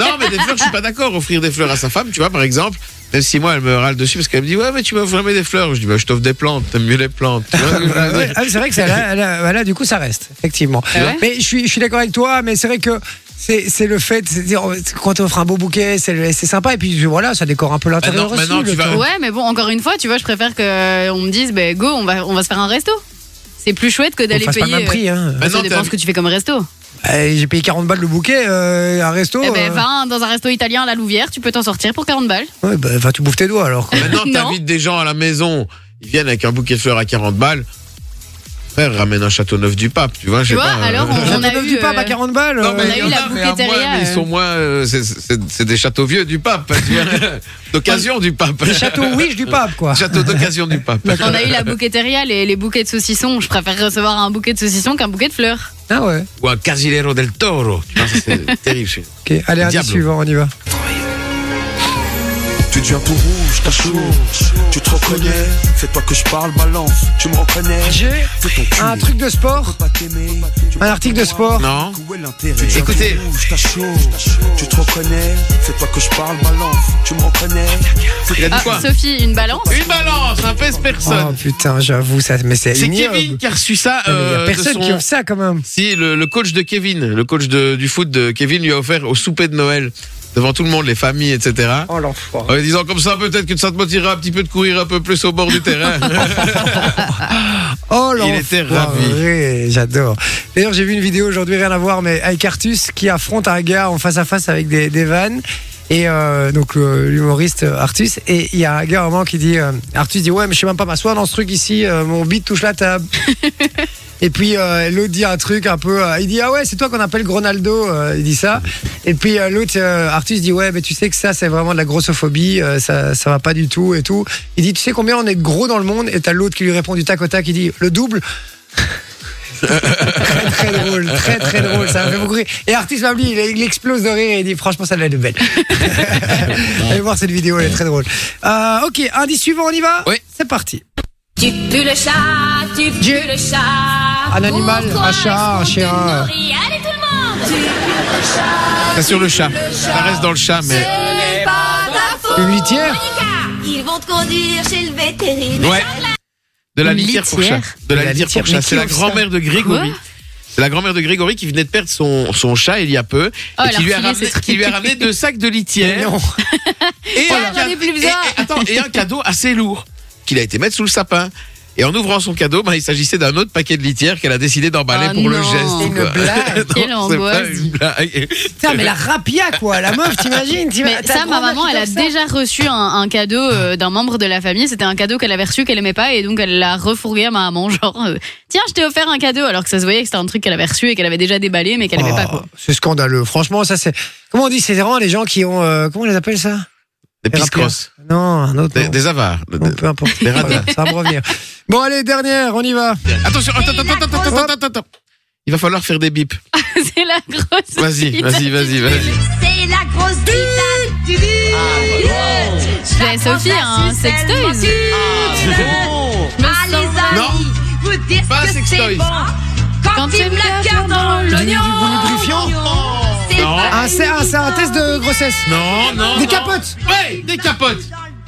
Speaker 2: non, mais des fleurs, je suis pas d'accord. Offrir des fleurs à sa femme, tu vois, par exemple. Même si moi, elle me râle dessus parce qu'elle me dit Ouais, mais tu m'offres jamais des fleurs. Je dis Bah, je t'offre des plantes. T'aimes mieux les plantes. Tu vois ce que je veux dire
Speaker 1: Ah, c'est vrai que ça, là, là, là, du coup, ça reste, effectivement.
Speaker 3: Ah ouais
Speaker 1: Mais je suis, je suis d'accord avec toi, mais c'est vrai que c'est c'est le fait, c'est dire, quand tu offres un beau bouquet, c'est le- c'est sympa, et puis voilà, ça décore un peu l'intérieur
Speaker 2: Maintenant-
Speaker 1: aussi.
Speaker 2: maintenant,
Speaker 1: le
Speaker 2: tu vas-
Speaker 1: temps.
Speaker 3: Ouais, mais bon, encore une fois, tu vois, je préfère qu'on me dise, ben go, on va, on va se faire un resto. C'est plus chouette que
Speaker 1: On
Speaker 3: d'aller
Speaker 1: fasse
Speaker 3: payer.
Speaker 1: pas le même prix. Hein.
Speaker 3: euh,
Speaker 2: Maintenant,
Speaker 3: Ça dépend
Speaker 2: t'as-
Speaker 3: ce que tu fais comme resto.
Speaker 1: Euh, J'ai payé 40 balles le bouquet, euh, un resto.
Speaker 3: Eh ben,
Speaker 1: euh,
Speaker 3: va un- dans un resto italien à la Louvière, tu peux t'en sortir pour 40 balles.
Speaker 1: ouais, bah, va, tu bouffes tes doigts alors. quoi.
Speaker 2: Maintenant,
Speaker 3: Non.
Speaker 2: t'invites des gens à la maison. Ils viennent avec un bouquet de fleurs à 40 balles. Frère, ramène un château neuf du pape. Tu vois, je sais
Speaker 3: vois,
Speaker 2: pas.
Speaker 3: alors, on-
Speaker 1: Château
Speaker 3: a
Speaker 1: d'œuf
Speaker 3: eu,
Speaker 1: du pape
Speaker 3: euh,
Speaker 1: à 40 balles.
Speaker 2: Non, mais
Speaker 1: euh,
Speaker 3: on a
Speaker 2: il y
Speaker 3: eu
Speaker 2: en
Speaker 3: la
Speaker 2: mais à
Speaker 3: bouquetteria,
Speaker 2: moins, mais ils
Speaker 3: euh.
Speaker 2: sont moins. euh, c'est- c'est c'est des châteaux vieux du pape. tu vois. D'occasion du pape.
Speaker 1: le Château Ouige du pape, quoi.
Speaker 2: Château d'occasion du pape.
Speaker 3: On a eu la bouquetteria, les, les bouquets de saucissons. Je préfère recevoir un bouquet de saucissons qu'un bouquet de fleurs.
Speaker 1: Ah ouais.
Speaker 2: Ou un Casilero del Toro. Tu vois, ça, c'est terrible. chez nous.
Speaker 1: Ok, allez, un
Speaker 2: Diablo.
Speaker 1: suivant, on y va.
Speaker 7: Tu deviens tout rouge, t'as chaud. Tu te reconnais, fais-toi que je parle, balance. Tu me reconnais,
Speaker 1: J'ai
Speaker 7: fais ton cul.
Speaker 1: un truc de sport,
Speaker 7: Pas t'aimer, tu
Speaker 1: un article de sport.
Speaker 2: Non.
Speaker 7: Où est l'intérêt Tu
Speaker 2: Écoutez.
Speaker 7: deviens tout rouge, t'as chaud. Tu te reconnais, fais-toi que je parle, balance. Tu me reconnais,
Speaker 2: Il a dit
Speaker 3: Ah,
Speaker 2: quoi
Speaker 3: Sophie, une balance
Speaker 2: Une balance, un pèse
Speaker 1: Oh
Speaker 2: personne.
Speaker 1: putain, j'avoue, ça, mais c'est
Speaker 2: c'est
Speaker 1: ignoble.
Speaker 2: Kevin qui a reçu ça.
Speaker 1: Non, mais Il y a
Speaker 2: euh, de
Speaker 1: personne
Speaker 2: son-
Speaker 1: qui offre ça quand même.
Speaker 2: Si, le, le coach de Kevin, le coach de- du foot de Kevin lui a offert au souper de Noël, devant tout le monde, les familles, etc.
Speaker 1: Oh l'enfoiré.
Speaker 2: En lui disant comme ça, peut-être que ça te motivera un petit peu de courir un peu plus au bord du terrain.
Speaker 1: Oh
Speaker 2: Il était
Speaker 1: l'enfoiré, J'adore. D'ailleurs, j'ai vu une vidéo aujourd'hui, rien à voir, mais avec Artus qui affronte un gars en face à face avec des, des vannes. Et euh, donc euh, l'humoriste euh, Artus et il y a un gars à un moment qui dit euh, Artus dit ouais mais je sais même pas m'asseoir dans ce truc ici euh, mon bide touche la table et puis euh, l'autre dit un truc un peu euh, il dit ah ouais c'est toi qu'on appelle Gronaldo euh, il dit ça et puis euh, l'autre euh, Artus dit ouais mais tu sais que ça c'est vraiment de la grossophobie euh, ça ça va pas du tout et tout il dit tu sais combien on est gros dans le monde et t'as l'autre qui lui répond du tac au tac qui dit le double très très drôle, très très drôle, ça m'a fait beaucoup rire. Et Artis Mabli, il, il explose de rire et il dit franchement ça l'a de belle. Allez voir cette vidéo, elle est très drôle. Euh, ok, indice suivant, on y va
Speaker 2: Oui.
Speaker 1: C'est parti.
Speaker 8: Tu pues le chat, tu pues
Speaker 1: Dieu.
Speaker 8: le chat.
Speaker 1: Un animal, un chat, un chien.
Speaker 8: Allez tout le monde Tu pues le
Speaker 2: C'est
Speaker 8: chat.
Speaker 2: sur le chat. Ça reste dans le chat, mais.
Speaker 8: Ce
Speaker 1: Eh
Speaker 8: n'est pas ta faute.
Speaker 1: Une litière
Speaker 8: Monica,
Speaker 1: ben.
Speaker 8: Ils vont te conduire chez le vétérinaire.
Speaker 2: Ouais. De la
Speaker 3: Une
Speaker 2: litière pour chat.
Speaker 3: litière.
Speaker 2: De la
Speaker 1: De la
Speaker 2: litière pour
Speaker 1: litière, mais
Speaker 2: chat.
Speaker 1: qui
Speaker 2: C'est la
Speaker 1: offre ça
Speaker 2: grand-mère de Grégory.
Speaker 3: Quoi
Speaker 2: C'est la grand-mère de Grégory qui venait de perdre son, son chat il y a peu
Speaker 3: Oh,
Speaker 2: et
Speaker 3: elle
Speaker 2: qui
Speaker 3: a
Speaker 2: lui, a
Speaker 3: refilé
Speaker 2: ramené,
Speaker 3: ses trucs.
Speaker 2: qui lui a ramené deux sacs de
Speaker 1: Mais
Speaker 2: litière
Speaker 1: non.
Speaker 2: et,
Speaker 3: Oh
Speaker 2: un
Speaker 3: là.
Speaker 2: ca-
Speaker 3: J'en ai plus
Speaker 2: et-
Speaker 3: besoin.
Speaker 2: et- attends, et un cadeau assez lourd qu'il a été mettre sous le sapin. Et en ouvrant son cadeau, ben, il s'agissait d'un autre paquet de litière qu'elle a décidé d'emballer
Speaker 3: Ah
Speaker 2: pour le
Speaker 3: non.
Speaker 2: geste.
Speaker 3: C'est
Speaker 1: une
Speaker 2: quoi.
Speaker 1: blague.
Speaker 2: Non,
Speaker 3: Quelle
Speaker 2: c'est pas
Speaker 3: angoisse.
Speaker 2: une blague.
Speaker 1: Putain, mais la rapia, quoi. La meuf, t'imagines t'ima-
Speaker 3: Mais
Speaker 1: ta
Speaker 3: ça, ma
Speaker 1: grand-mère
Speaker 3: maman,
Speaker 1: qui
Speaker 3: elle a
Speaker 1: dort ça.
Speaker 3: déjà reçu un, un cadeau euh, d'un membre de la famille. C'était un cadeau qu'elle avait reçu qu'elle aimait pas et donc elle l'a refourgué à ma maman. Genre, euh, tiens, je t'ai offert un cadeau alors que ça se voyait que c'était un truc qu'elle avait reçu et qu'elle avait déjà déballé mais qu'elle aimait pas
Speaker 1: Oh,
Speaker 3: quoi.
Speaker 1: C'est scandaleux. Franchement, ça, c'est. Comment on dit C'est vraiment les gens qui ont. euh, comment on les appelle ça
Speaker 2: Des
Speaker 1: Les rapias.
Speaker 2: piscrosses.
Speaker 1: Non, un autre.
Speaker 2: Des,
Speaker 1: nom.
Speaker 2: des avares.
Speaker 3: Oh,
Speaker 1: Bon, peu importe.
Speaker 2: des radins.
Speaker 1: Voilà, ça va me revenir. Bon, allez, dernière, on y va.
Speaker 2: Attention, attends, attends, attends, attends, attends, attends, attends. Il va falloir faire des bips.
Speaker 3: C'est la grosse.
Speaker 2: Vas-y, vas-y, vas-y, vas-y.
Speaker 8: C'est la grosse titane.
Speaker 2: Ah,
Speaker 3: Je vais à Sophie, hein, sexteuse.
Speaker 8: Ah, les Ah, amis,
Speaker 2: Non.
Speaker 8: vous dire
Speaker 2: Pas
Speaker 8: que c'est
Speaker 2: sextoys.
Speaker 8: bon. Quand,
Speaker 3: Quand
Speaker 8: il
Speaker 3: il
Speaker 8: me la carte dans l'oignon,
Speaker 1: lubrifiant
Speaker 8: c'est
Speaker 2: Non.
Speaker 8: pas
Speaker 4: Ah,
Speaker 1: un, c'est- un, c'est un test de grossesse.
Speaker 2: Non, non.
Speaker 1: Des
Speaker 2: non.
Speaker 1: capotes.
Speaker 2: Ouais, des capotes.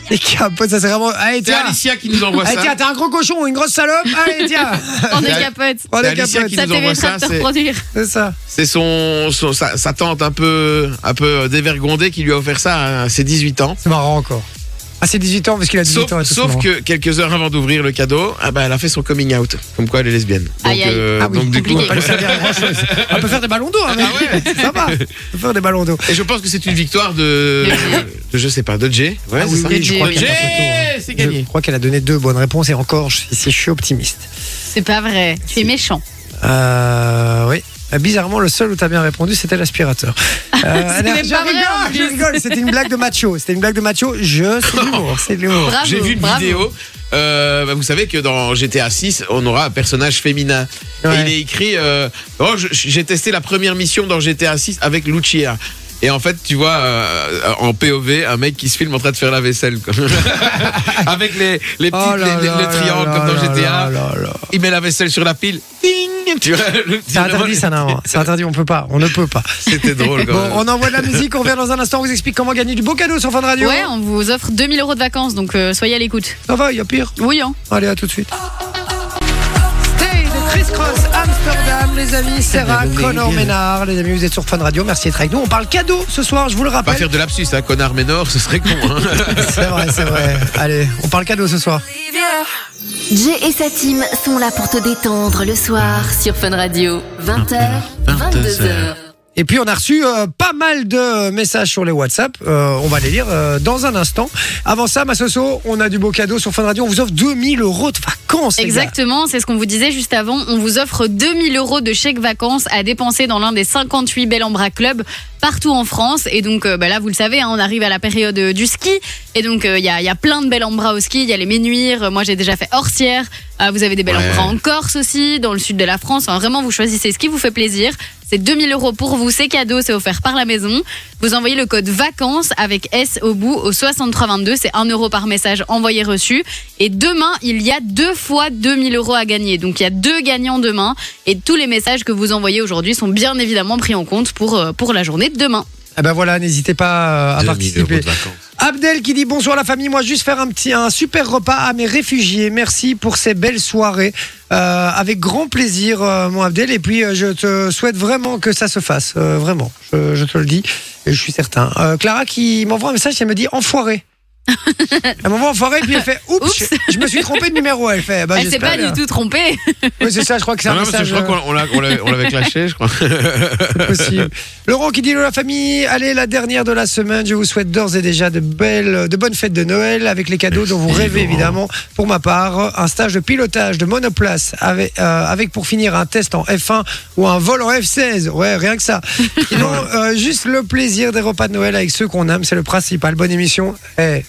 Speaker 1: Des capotes, ça, c'est vraiment. Allez,
Speaker 2: C'est
Speaker 1: tiens.
Speaker 2: Alicia qui nous envoie
Speaker 1: Allez,
Speaker 2: ça.
Speaker 1: tiens, t'es un gros cochon ou une grosse salope Allez, tiens.
Speaker 3: Dans des
Speaker 2: C'est-
Speaker 3: capotes.
Speaker 1: Oh,
Speaker 2: C'est
Speaker 1: les
Speaker 2: Alicia
Speaker 1: capotes.
Speaker 2: qui
Speaker 3: Ça
Speaker 2: nous envoie
Speaker 3: t'évitera
Speaker 2: ça.
Speaker 3: de te
Speaker 2: C'est-
Speaker 3: reproduire.
Speaker 1: C'est ça.
Speaker 2: C'est son, son- sa, sa tante un peu, un peu dévergondée qui lui a offert ça à ses 18 ans.
Speaker 1: C'est marrant encore. Ah, c'est 18 ans parce qu'il a 18
Speaker 2: Sauf,
Speaker 1: ans. et tout, c'est
Speaker 2: sauf
Speaker 1: marrant.
Speaker 2: que quelques heures avant d'ouvrir le cadeau, ah ben, elle a fait son coming out. Comme quoi elle est lesbienne. Donc,
Speaker 3: Aïe, aïe.
Speaker 2: euh,
Speaker 1: Ah oui,
Speaker 2: donc du coup.
Speaker 1: on va pas lui servir à grand chose. On peut faire des ballons d'eau, hein,
Speaker 2: Ah
Speaker 1: mec. Ça va. On peut faire des ballons d'eau.
Speaker 2: Et je pense que c'est une victoire de, de je sais pas, de Jay. Ouais,
Speaker 1: Ah
Speaker 2: c'est
Speaker 1: oui,
Speaker 2: ça.
Speaker 1: oui, je crois
Speaker 2: de
Speaker 1: qu'il y a pas
Speaker 2: Jay, c'est gagné.
Speaker 1: Je crois qu'elle a donné deux bonnes réponses et encore, je, si je suis optimiste.
Speaker 3: C'est pas vrai. Tu es méchant.
Speaker 1: Euh, oui. Euh, Bizarrement, le seul où t'as bien répondu, c'était l'aspirateur. Euh, alors,
Speaker 3: même
Speaker 1: je
Speaker 3: pas vrai,
Speaker 1: rigole,
Speaker 3: en
Speaker 1: je
Speaker 3: plus.
Speaker 1: rigole. C'était une blague de macho. C'était une blague de macho. Je, c'est de l'humour, c'est de l'humour.
Speaker 3: Bravo.
Speaker 2: Oh, J'ai vu une
Speaker 3: bravo.
Speaker 2: vidéo. Euh, bah, vous savez que dans GTA 6, on aura un personnage féminin.
Speaker 1: Ouais.
Speaker 2: Et il est écrit euh, Oh, je- j'ai testé la première mission dans GTA 6 avec Lucia. Et en fait, tu vois, euh, en POV, un mec qui se filme en train de faire la vaisselle. quoi. avec les, les petites,
Speaker 1: Oh là
Speaker 2: les, les-
Speaker 1: là
Speaker 2: les
Speaker 1: là
Speaker 2: triangles
Speaker 1: là
Speaker 2: comme dans
Speaker 1: là
Speaker 2: GTA.
Speaker 1: là là là.
Speaker 2: Il met la vaisselle sur la pile. Ding Tu vois, le petit-
Speaker 1: C'est interdit, ça, non. C'est interdit, on peut pas. On ne peut pas.
Speaker 2: C'était drôle quand
Speaker 1: Bon,
Speaker 2: même.
Speaker 1: on envoie de la musique, on revient dans un instant, on vous explique comment gagner du beau cadeau sur Fun Radio.
Speaker 3: Ouais, on vous offre 2000 euros de vacances, donc euh, soyez à l'écoute.
Speaker 1: Ça va, il y a pire.
Speaker 3: Oui, hein.
Speaker 1: Allez, à tout de suite. Stay de Chris Cross, Amsterdam, les amis, Sarah, Connor Ménard, les amis, vous êtes sur Fun Radio, merci d'être avec nous. On parle cadeau ce soir, je vous le
Speaker 2: Pas
Speaker 1: rappelle.
Speaker 2: faire de lapsus, hein, connard Ménor, ce serait con. hein.
Speaker 1: C'est vrai, c'est vrai. Allez, on parle cadeau ce soir.
Speaker 4: Jay et sa team sont là pour te détendre le soir sur Fun Radio. 20h, 22h.
Speaker 1: Et puis on a reçu euh, pas mal de messages sur les WhatsApp. Euh, on va les lire euh, dans un instant. Avant ça, ma soso, on a du beau cadeau sur Fun Radio. On vous offre 2000 euros de vacances. les gars.
Speaker 3: Exactement, c'est ce qu'on vous disait juste avant. On vous offre 2000 euros de chèque vacances à dépenser dans l'un des 58 Bel en Bras Club partout en France. Et donc euh, bah là, vous le savez, hein, on arrive à la période euh, du ski. Et donc, euh, il y, a, il y a plein de Bel en Bras au ski. Il y a les Ménuires, euh, moi j'ai déjà fait Orsières. Euh, vous avez des Bel en
Speaker 2: Ouais.
Speaker 3: Bras en Corse aussi, dans le sud de la France. Enfin, vraiment, vous choisissez ce qui vous fait plaisir. C'est 2000 euros pour vous, c'est cadeau, c'est offert par la maison. Vous envoyez le code VACANCES avec S au bout au 6322. C'est 1 euro par message envoyé reçu. Et demain, il y a deux fois 2000 euros à gagner. Donc il y a deux gagnants demain. Et tous les messages que vous envoyez aujourd'hui sont bien évidemment pris en compte pour, euh, pour la journée de demain.
Speaker 1: Eh ben voilà, n'hésitez pas euh, à
Speaker 2: 2000 euros
Speaker 1: participer.
Speaker 2: de vacances.
Speaker 1: Abdel qui dit bonsoir la famille, moi juste faire un petit un super repas à mes réfugiés. Merci pour ces belles soirées. Euh, avec grand plaisir euh, mon Abdel et puis euh, je te souhaite vraiment que ça se fasse. Euh, vraiment, je, je te le dis et je suis certain. Euh, Clara qui m'envoie un message, elle me dit enfoiré. elle m'envoie enfoiré puis elle fait oups,
Speaker 3: Oups.
Speaker 1: je, je me suis trompé de numéro. Elle fait bah,
Speaker 3: Elle s'est
Speaker 1: j'espère
Speaker 3: pas
Speaker 1: bien.
Speaker 3: du tout trompée.
Speaker 1: Oui, c'est ça, je crois que c'est
Speaker 2: Non,
Speaker 1: un
Speaker 2: non, parce que
Speaker 1: message.
Speaker 2: je crois
Speaker 1: euh,
Speaker 2: qu'on l'a- on l'a- on l'avait clashé, je crois.
Speaker 1: possible. Laurent qui dit la famille, allez la dernière de la semaine, je vous souhaite d'ores et déjà de belles, de bonnes fêtes de Noël avec les cadeaux dont vous rêvez évidemment. Pour ma part, un stage de pilotage de monoplace avec, euh, avec pour finir un test en F1 ou un vol en F16. Ouais, rien que ça. Sinon, euh, juste le plaisir des repas de Noël avec ceux qu'on aime, c'est le principal. Bonne émission. Eh,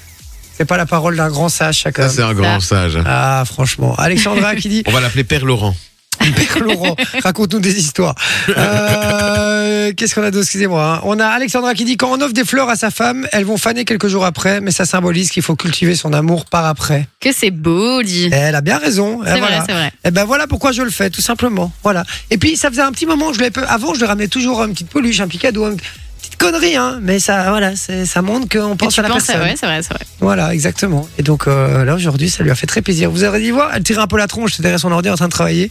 Speaker 1: c'est pas la parole d'un grand sage chacun.
Speaker 2: Ça, Ah, c'est un grand sage. hein.
Speaker 1: Ah franchement, Alexandra qui dit
Speaker 2: On va l'appeler Père Laurent.
Speaker 1: Père Laurent, raconte-nous des histoires. Euh, Qu'est-ce qu'on a d'autre Excusez-moi. hein. On a Alexandra qui dit quand on offre des fleurs à sa femme, elles vont faner quelques jours après, mais ça symbolise qu'il faut cultiver son amour par après.
Speaker 3: Que c'est beau, dit.
Speaker 1: Et elle a bien raison. Et
Speaker 3: C'est
Speaker 1: voilà.
Speaker 3: vrai, c'est vrai.
Speaker 1: Et ben voilà pourquoi je le fais, tout simplement. Voilà. Et puis ça faisait un petit moment, je l'avais peu. Avant, je le ramenais toujours euh, une petite peluche, un petit cadeau, une petite connerie, hein. Mais ça, voilà, c'est- ça montre qu'on
Speaker 3: Que
Speaker 1: pense
Speaker 3: tu
Speaker 1: à la
Speaker 3: penses,
Speaker 1: personne.
Speaker 3: ouais, c'est vrai, c'est vrai.
Speaker 1: Voilà, exactement. Et donc euh, là aujourd'hui, ça lui a fait très plaisir. Vous aurez dit voir, elle tirait un peu la tronche, c'était derrière son ordi en train de travailler.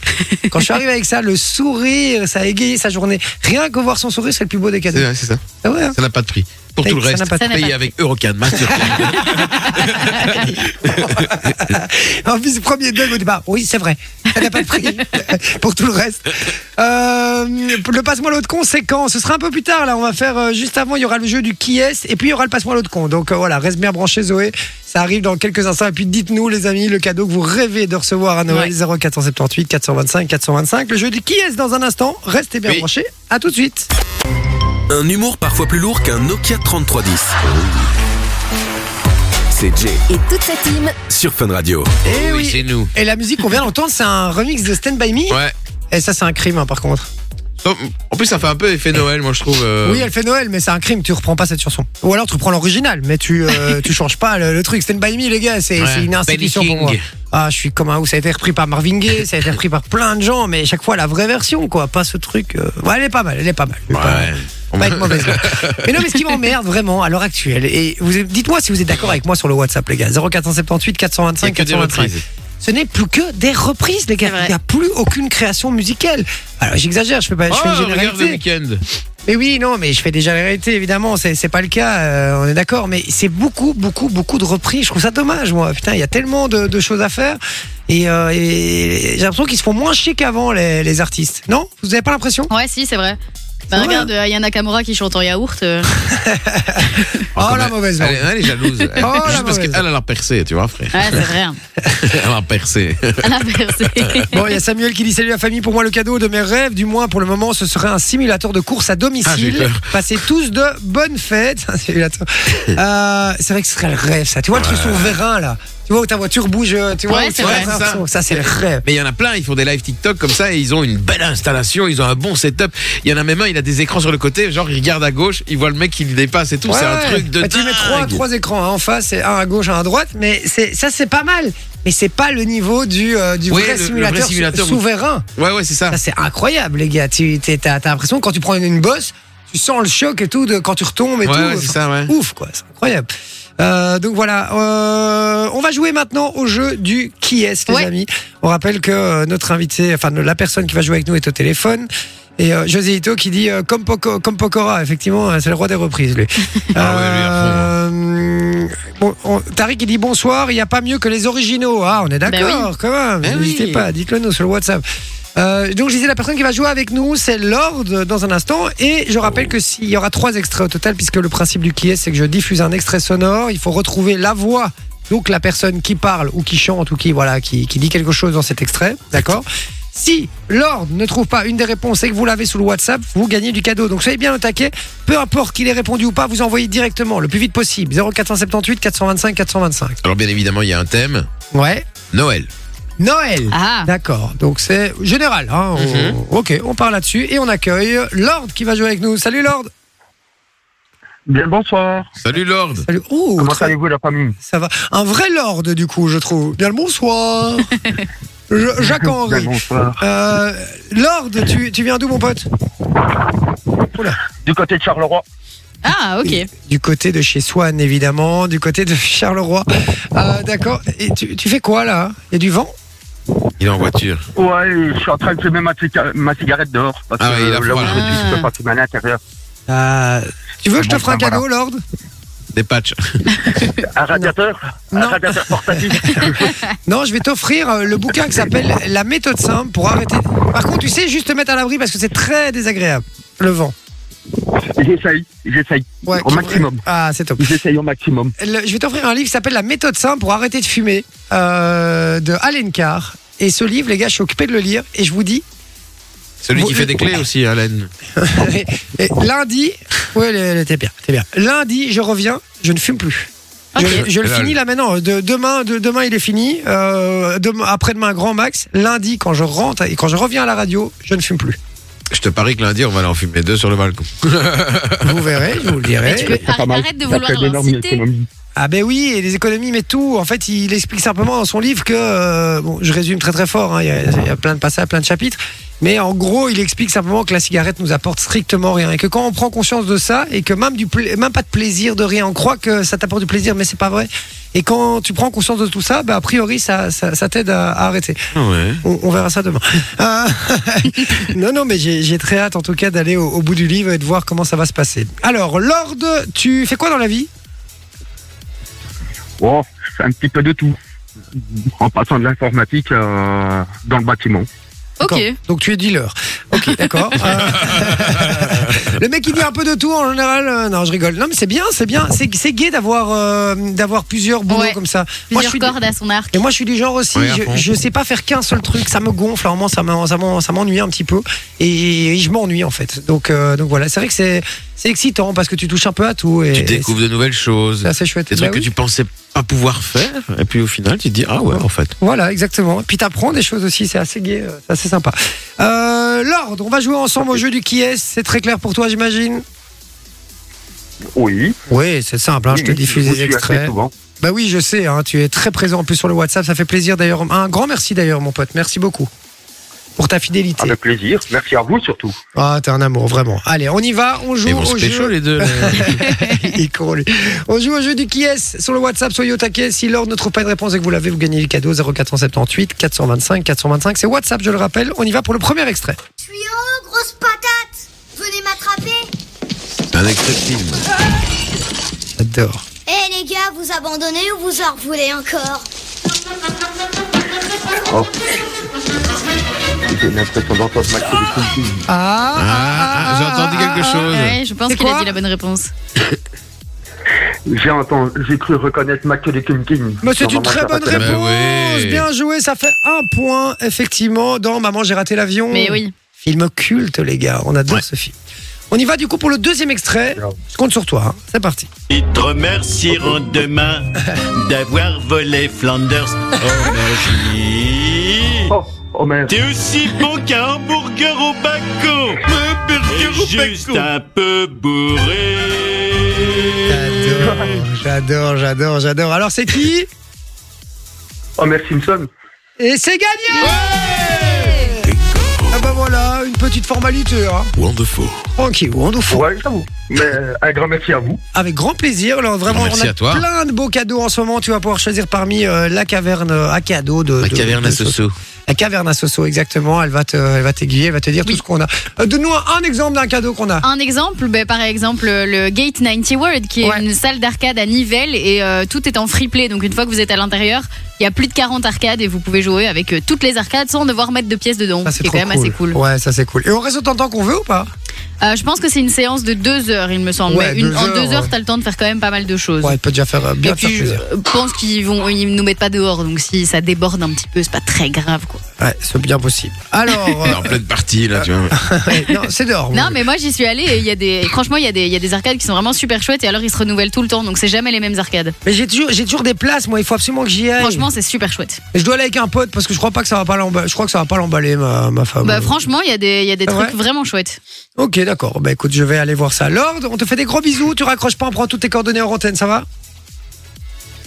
Speaker 1: Quand je suis arrivé avec ça, le sourire, ça a égayé sa journée. Rien que voir son sourire, c'est le plus beau des
Speaker 2: C'est
Speaker 1: cadeaux.
Speaker 2: ouais, c'est ça.
Speaker 1: Ah ouais, hein.
Speaker 2: Ça n'a pas de prix. Pour
Speaker 1: Paye-
Speaker 2: tout le
Speaker 1: ça n'a
Speaker 2: reste,
Speaker 1: pas
Speaker 3: de- Ça n'a
Speaker 2: payez
Speaker 3: pas de-
Speaker 2: avec Eurocard, Mastercard.
Speaker 1: En plus, premier dog au départ. Oui, c'est vrai. Elle n'a pas de prix pour tout le reste. Euh, le passe-moi l'autre con, c'est quand Ce sera un peu plus tard. Là, on va faire euh, juste avant. Il y aura le jeu du qui est et puis il y aura le passe-moi l'autre con. Donc euh, voilà, reste bien branché, Zoé. Ça arrive dans quelques instants. Et puis dites-nous, les amis, le cadeau que vous rêvez de recevoir à Noël 0478 425 425. Le jeu du qui est dans un instant. Restez bien
Speaker 2: Oui.
Speaker 1: branchés. À tout de suite.
Speaker 9: Un humour parfois plus lourd qu'un Nokia 3310. C'est Jay
Speaker 4: Et toute sa team,
Speaker 9: sur Fun Radio.
Speaker 2: Eh
Speaker 1: oui.
Speaker 2: oui, c'est nous.
Speaker 1: Et la musique qu'on vient d'entendre, c'est un remix de Stand By Me.
Speaker 2: Ouais.
Speaker 1: Et ça, c'est un crime, hein, par contre.
Speaker 2: Donc, En plus, ça fait un peu effet Noël, moi je trouve. euh,
Speaker 1: Oui, elle fait Noël, mais c'est un crime. Tu reprends pas cette chanson. Ou alors tu reprends l'original, mais tu, euh, tu changes pas le, le truc. Stand by me, les gars, c'est
Speaker 2: Ouais,
Speaker 1: c'est une
Speaker 2: Benny
Speaker 1: institution pour
Speaker 2: King.
Speaker 1: moi. Ah, je suis comme un ouf. Ça a été repris par Marvin Gaye, ça a été repris par plein de gens, mais chaque fois la vraie version, quoi. Pas ce truc. euh, Ouais, elle est pas mal, elle est pas mal. Elle est pas mal.
Speaker 2: Ouais.
Speaker 1: Pas être mauvaise. langue. Mais non, mais ce qui m'emmerde vraiment à l'heure actuelle, et vous dites-moi si vous êtes d'accord avec moi sur le WhatsApp, les gars. 0478 425
Speaker 2: Il y a que des
Speaker 1: 425.
Speaker 2: reprises.
Speaker 1: Ce n'est plus que des reprises, les gars.
Speaker 3: C'est vrai.
Speaker 1: Il n'y a plus aucune création musicale. Alors j'exagère, je fais pas, je
Speaker 2: Oh,
Speaker 1: fais une
Speaker 2: regarde le
Speaker 1: généralité.
Speaker 2: week-end.
Speaker 1: Mais oui, non, mais je fais des généralités, évidemment, c'est c'est pas le cas, euh, on est d'accord, mais c'est beaucoup, beaucoup, beaucoup de repris, je trouve ça dommage, moi. Putain, il y a tellement de, de choses à faire, et, euh, et j'ai l'impression qu'ils se font moins chier qu'avant, les, les artistes. Non Vous avez pas l'impression
Speaker 3: Ouais, si, c'est vrai.
Speaker 1: C'est
Speaker 3: Ben
Speaker 1: vrai,
Speaker 3: regarde, euh, Ayana Kamura qui chante en yaourt. euh,
Speaker 1: Oh,
Speaker 2: quand
Speaker 1: la
Speaker 2: même,
Speaker 1: mauvaise
Speaker 2: Ah, Elle,
Speaker 1: langue.
Speaker 2: elle est jalouse. Elle-
Speaker 1: Oh, la
Speaker 2: Juste parce
Speaker 1: mauvaise.
Speaker 2: qu'elle, elle a percé, tu vois, frère.
Speaker 3: Ouais, c'est vrai. hein. Ah,
Speaker 2: Elle a percé.
Speaker 3: Elle a percé.
Speaker 1: Bon, il y a Samuel qui dit Salut la famille, pour moi le cadeau de mes rêves, du moins pour le moment, ce serait un simulateur de course à
Speaker 2: Ah, j'ai eu
Speaker 1: domicile.
Speaker 2: peur.
Speaker 1: Passez tous de bonnes fêtes. Un simulateur. Euh, c'est vrai que ce serait le rêve, ça. Tu vois le truc sur Vérin, là Tu vois où ta voiture bouge, euh, tu vois
Speaker 3: Ouais,
Speaker 1: où tu
Speaker 3: c'est
Speaker 1: vois
Speaker 2: vrai.
Speaker 1: la
Speaker 2: Ouais, c'est ça.
Speaker 1: Ça, c'est le rêve.
Speaker 2: Mais il y en a plein, ils font des live TikTok comme ça et ils ont une belle installation, ils ont un bon setup. Il y en a même un, il a des écrans sur le côté, genre il regarde à gauche, il voit le mec qui le dépasse et tout. c'est un
Speaker 1: Ouais,
Speaker 2: truc de
Speaker 1: bah, Tu mets trois,
Speaker 2: dingue.
Speaker 1: trois écrans, hein, en face, et un à gauche, un à droite, mais c'est, ça c'est pas mal. Mais c'est pas le niveau du, euh, du
Speaker 2: Ouais,
Speaker 1: vrai,
Speaker 2: le- le
Speaker 1: simulateur
Speaker 2: vrai simulateur
Speaker 1: sou- souverain.
Speaker 2: Ouais, ouais, c'est ça.
Speaker 1: Ça c'est incroyable, les gars. Tu t'es- t'as, t'as l'impression que quand tu prends une, une bosse, tu sens le choc et tout de, quand tu retombes et
Speaker 2: Ouais,
Speaker 1: tout.
Speaker 2: ouais, c'est ça, ouais.
Speaker 1: Ouf, quoi. C'est incroyable. Euh, donc voilà, euh, on va jouer maintenant au jeu du qui est, les
Speaker 3: Ouais.
Speaker 1: amis. On rappelle que euh, notre invité, enfin la personne qui va jouer avec nous est au téléphone. Et euh, José Ito qui dit euh, comme, Poco- comme Pokora, effectivement, hein, c'est le roi des reprises, lui.
Speaker 2: Ah ouais, lui, à fond, hein.
Speaker 1: Euh, bon, on- Tariq il dit bonsoir, il n'y a pas mieux que les originaux. Ah, on est d'accord
Speaker 3: Ben
Speaker 1: quand même.
Speaker 2: Ben
Speaker 1: N'hésitez
Speaker 2: oui.
Speaker 1: pas, dites-le nous sur le WhatsApp. Euh, donc je disais la personne qui va jouer avec nous, c'est Lord euh, dans un instant. Et je rappelle que s'il y aura trois extraits au total, puisque le principe du qui est, c'est que je diffuse un extrait sonore, il faut retrouver la voix. Donc la personne qui parle ou qui chante ou qui voilà qui, qui dit quelque chose dans cet extrait, d'accord Si Lord ne trouve pas une des réponses et que vous l'avez sous le WhatsApp, vous gagnez du cadeau. Donc soyez bien au taquet. Peu importe qu'il ait répondu ou pas, vous envoyez directement le plus vite possible 0478 425 425.
Speaker 2: Alors bien évidemment, il y a un thème,
Speaker 1: Ouais.
Speaker 2: Noël.
Speaker 1: Noël.
Speaker 3: Ah,
Speaker 1: D'accord, donc c'est général. Hein, on- Ok, on part là-dessus et on accueille Lord qui va jouer avec nous. Salut Lord.
Speaker 10: Bien le bonsoir.
Speaker 2: Salut Lord.
Speaker 1: Salut. Oh,
Speaker 10: Comment
Speaker 1: très-
Speaker 10: allez-vous la famille
Speaker 1: ça va. Un vrai Lord du coup, je trouve. Bien le bonsoir. Je- Jacques
Speaker 10: Bien
Speaker 1: Henri.
Speaker 10: le bonsoir.
Speaker 1: Euh, Lord, tu, tu viens d'où mon pote
Speaker 10: Du côté de Charleroi.
Speaker 3: ah ok.
Speaker 1: Du côté de chez Swan évidemment, du côté de Charleroi. Euh, D'accord. Et tu, tu fais quoi là Il y a du vent
Speaker 2: Il est en voiture.
Speaker 10: Ouais, et je suis en train de fumer ma, ciga- ma cigarette dehors. Parce
Speaker 2: Ah
Speaker 10: que euh,
Speaker 2: ouais, il a
Speaker 10: là où
Speaker 2: froid,
Speaker 10: je
Speaker 3: là.
Speaker 10: suis, je peux pas fumer à l'intérieur.
Speaker 1: Euh, Tu veux que je te
Speaker 10: Bon,
Speaker 1: fasse un
Speaker 10: ben,
Speaker 1: cadeau Lord
Speaker 2: Des patchs.
Speaker 10: Un radiateur Un
Speaker 1: Non.
Speaker 10: radiateur portatif
Speaker 1: Non, je vais t'offrir euh, le bouquin qui s'appelle La méthode simple pour arrêter. Par contre, tu sais, juste te mettre à l'abri parce que c'est très désagréable, le vent.
Speaker 10: J'essaye, j'essaye.
Speaker 1: Ouais,
Speaker 10: au
Speaker 1: qui-
Speaker 10: maximum.
Speaker 1: Ah, c'est top.
Speaker 10: J'essaye au maximum.
Speaker 1: Le- je vais t'offrir un livre qui s'appelle La méthode simple pour arrêter de fumer euh, de Allen Carr. Et ce livre, les gars, je suis occupé de le lire et je vous dis,
Speaker 2: Celui
Speaker 1: Vous-
Speaker 2: qui fait des clés aussi, Alan.
Speaker 1: et- et lundi, ouais, elle- elle était bien, t'es bien. Lundi, je reviens, je ne fume plus. Je,
Speaker 3: Ok.
Speaker 1: je le
Speaker 2: Là,
Speaker 1: finis là maintenant. De, demain, de, demain, il est fini. Euh, demain- après-demain, grand max. Lundi, quand je rentre et quand je reviens à la radio, je ne fume plus.
Speaker 2: Je te parie que lundi, on va aller en fumer deux sur le balcon.
Speaker 1: Vous verrez, je vous le dirai.
Speaker 3: Tu peux- Ah, arrête de vouloir
Speaker 10: d'énormes
Speaker 3: l'inciter.
Speaker 10: économies.
Speaker 1: Ah ben oui, et les économies, mais tout. En fait, il explique simplement dans son livre que, euh, bon, je résume très très fort, hein, il y, a- il y a plein de passages, plein de chapitres, mais en gros, il explique simplement que la cigarette nous apporte strictement rien et que quand on prend conscience de ça et que même, du pla- même pas de plaisir, de rien, on croit que ça t'apporte du plaisir, mais c'est pas vrai. Et quand tu prends conscience de tout ça, bah, a priori, ça, ça, ça t'aide à- à arrêter.
Speaker 2: Ouais.
Speaker 1: On, on verra ça demain. Euh, non, non, mais j'ai j'ai très hâte en tout cas d'aller au, au bout du livre et de voir comment ça va se passer. Alors, Lord, tu fais quoi dans la vie
Speaker 10: Oh, un petit peu de tout. En passant de l'informatique euh, dans le bâtiment.
Speaker 3: Ok.
Speaker 1: D'accord. Donc tu es dealer. Ok, d'accord. Euh, le mec il dit un peu de tout en général. Euh, non, je rigole. Non, mais c'est bien, c'est bien. C'est c'est gai d'avoir euh, d'avoir plusieurs boulots
Speaker 3: Ouais.
Speaker 1: comme ça. Moi, je
Speaker 3: Plusieurs
Speaker 1: suis
Speaker 3: cordes à son arc.
Speaker 1: Et moi, je suis du genre aussi,
Speaker 2: Ouais, à
Speaker 1: je-
Speaker 2: fond.
Speaker 1: je, sais pas faire qu'un seul truc, ça me gonfle, à un moment, ça m'en- ça m'en- ça m'ennuie un petit peu. Et, je m'ennuie, en fait. Donc, euh, donc voilà, c'est vrai que c'est c'est excitant parce que tu touches un peu à tout. Et,
Speaker 2: Tu
Speaker 1: et
Speaker 2: découvres de nouvelles choses.
Speaker 1: c'est assez chouette.
Speaker 2: Des trucs
Speaker 1: Bah
Speaker 2: que
Speaker 1: oui.
Speaker 2: tu pensais pas pouvoir faire. Et puis au final, tu te dis, ah ouais, en fait.
Speaker 1: Voilà, exactement. Puis t'apprends des choses aussi, c'est assez gai, euh, c'est assez sympa. Euh, Lord, on va jouer ensemble au jeu du qui est, c'est très clair pour toi, j'imagine
Speaker 10: Oui.
Speaker 1: Oui, c'est
Speaker 2: Ah,
Speaker 1: simple, hein,
Speaker 10: Oui, oui, vous suis assez souvent.
Speaker 1: Bah oui, je sais, hein, tu es très présent en plus sur le WhatsApp, ça fait plaisir d'ailleurs. Un grand merci d'ailleurs, mon pote, merci beaucoup pour ta fidélité.
Speaker 10: Avec plaisir. Merci à vous surtout.
Speaker 1: Ah, t'es un amour, vraiment. Allez, on y va, on joue
Speaker 2: Ils vont
Speaker 1: au
Speaker 2: se pécho
Speaker 1: jeu.
Speaker 2: les deux.
Speaker 1: Il est con, lui. On joue au jeu du qui est sur le WhatsApp, soyez au taquet. Si Laure ne trouve pas de réponse et que vous l'avez, vous gagnez le cadeau 0478 425 425. C'est WhatsApp, je le rappelle. On y va pour le premier extrait.
Speaker 8: oh, grosse patate Venez m'attraper
Speaker 2: Un extrait de film.
Speaker 1: J'adore.
Speaker 8: Eh les gars, vous abandonnez ou vous en voulez encore
Speaker 10: J'ai l'impression d'entendre Max Pelletier.
Speaker 1: Ah,
Speaker 2: Ah, j'ai entendu quelque chose.
Speaker 3: Ouais, je pense
Speaker 1: C'est
Speaker 3: qu'il
Speaker 1: quoi
Speaker 3: a dit la bonne réponse.
Speaker 10: J'ai entendu, j'ai cru reconnaître Mac de King.
Speaker 1: Mais c'est une très bonne
Speaker 2: Bah
Speaker 1: réponse.
Speaker 2: ouais.
Speaker 1: Bien joué, ça fait un point, effectivement, dans Maman, j'ai raté l'avion.
Speaker 3: Mais oui.
Speaker 1: Film culte, les gars. On adore ce film. On y va du coup pour le deuxième extrait.
Speaker 10: Bravo.
Speaker 1: Je compte sur toi. hein. C'est parti.
Speaker 11: Ils te remercieront demain d'avoir volé Flanders. Oh, magie.
Speaker 10: Oh, oh merde.
Speaker 11: T'es aussi bon qu'un hamburger au bacon. Un burger juste un peu bourré.
Speaker 1: J'adore, j'adore, j'adore, j'adore. Alors c'est qui
Speaker 10: Homer Simpson.
Speaker 1: Et c'est gagné Ah bah voilà, une petite formalité. Hein.
Speaker 2: Wonderful.
Speaker 1: Tranquille, on nous fout.
Speaker 10: Ouais, j'avoue. Mais euh, un grand merci à vous.
Speaker 1: Avec grand plaisir. Alors vraiment,
Speaker 2: Bah, Merci
Speaker 1: on a
Speaker 2: à toi.
Speaker 1: plein de beaux cadeaux en ce moment. Tu vas pouvoir choisir parmi euh, la caverne euh, à cadeaux de.
Speaker 2: La
Speaker 1: de-
Speaker 2: caverne
Speaker 1: de
Speaker 2: à
Speaker 1: Soso.
Speaker 2: Soso.
Speaker 1: La caverne à Soso, exactement. Elle va te, elle va t'aiguiller, elle va te dire tout ce qu'on a. Euh, Donne-nous un, un exemple d'un cadeau qu'on a.
Speaker 3: Un exemple, ben, par exemple, le Gate 90 World, qui est
Speaker 1: Ouais.
Speaker 3: une salle d'arcade à Nivelles et euh, tout est en free play. Donc, une fois que vous êtes à l'intérieur, il y a plus de 40 arcades et vous pouvez jouer avec euh, toutes les arcades sans devoir mettre de pièces dedans.
Speaker 1: Ça,
Speaker 3: ce qui est quand même assez cool.
Speaker 1: Ouais, ça c'est cool. Et on reste autant de temps qu'on veut ou pas
Speaker 3: Euh, je pense que c'est une séance de deux heures, il me semble.
Speaker 1: Ouais,
Speaker 3: Mais une-
Speaker 1: deux
Speaker 3: en
Speaker 1: heures,
Speaker 3: deux heures,
Speaker 1: ouais.
Speaker 3: t'as le temps de faire quand même pas mal de choses.
Speaker 1: Ouais, il peut déjà faire euh, bien
Speaker 3: et
Speaker 1: te faire
Speaker 3: puis,
Speaker 1: plaisir.
Speaker 3: je pense qu'ils vont, ils nous mettent pas dehors. Donc, si ça déborde un petit peu, c'est pas très grave, quoi.
Speaker 1: Ouais, c'est bien possible. Alors,
Speaker 2: On est en pleine partie, là, tu vois.
Speaker 1: euh, ouais, non, c'est dehors.
Speaker 3: Non, mais moi j'y suis allée et il y a des. Franchement, il y, a des- il y a des arcades qui sont vraiment super chouettes et alors ils se renouvellent tout le temps donc c'est jamais les mêmes arcades.
Speaker 1: Mais j'ai toujours, j'ai toujours des places, moi, il faut absolument que j'y aille.
Speaker 3: Franchement, c'est super chouette.
Speaker 1: Je dois aller avec un pote parce que je crois pas que ça va pas l'emballer. Je crois que ça va pas l'emballer, ma, ma femme.
Speaker 3: Bah, franchement, il y a des, il y a des
Speaker 1: Ah
Speaker 3: trucs
Speaker 1: ouais
Speaker 3: vraiment chouettes.
Speaker 1: ok, d'accord. Bah écoute, je vais aller voir ça. Lord, on te fait des gros bisous. Tu raccroches pas, on prend toutes tes coordonnées en antenne, ça va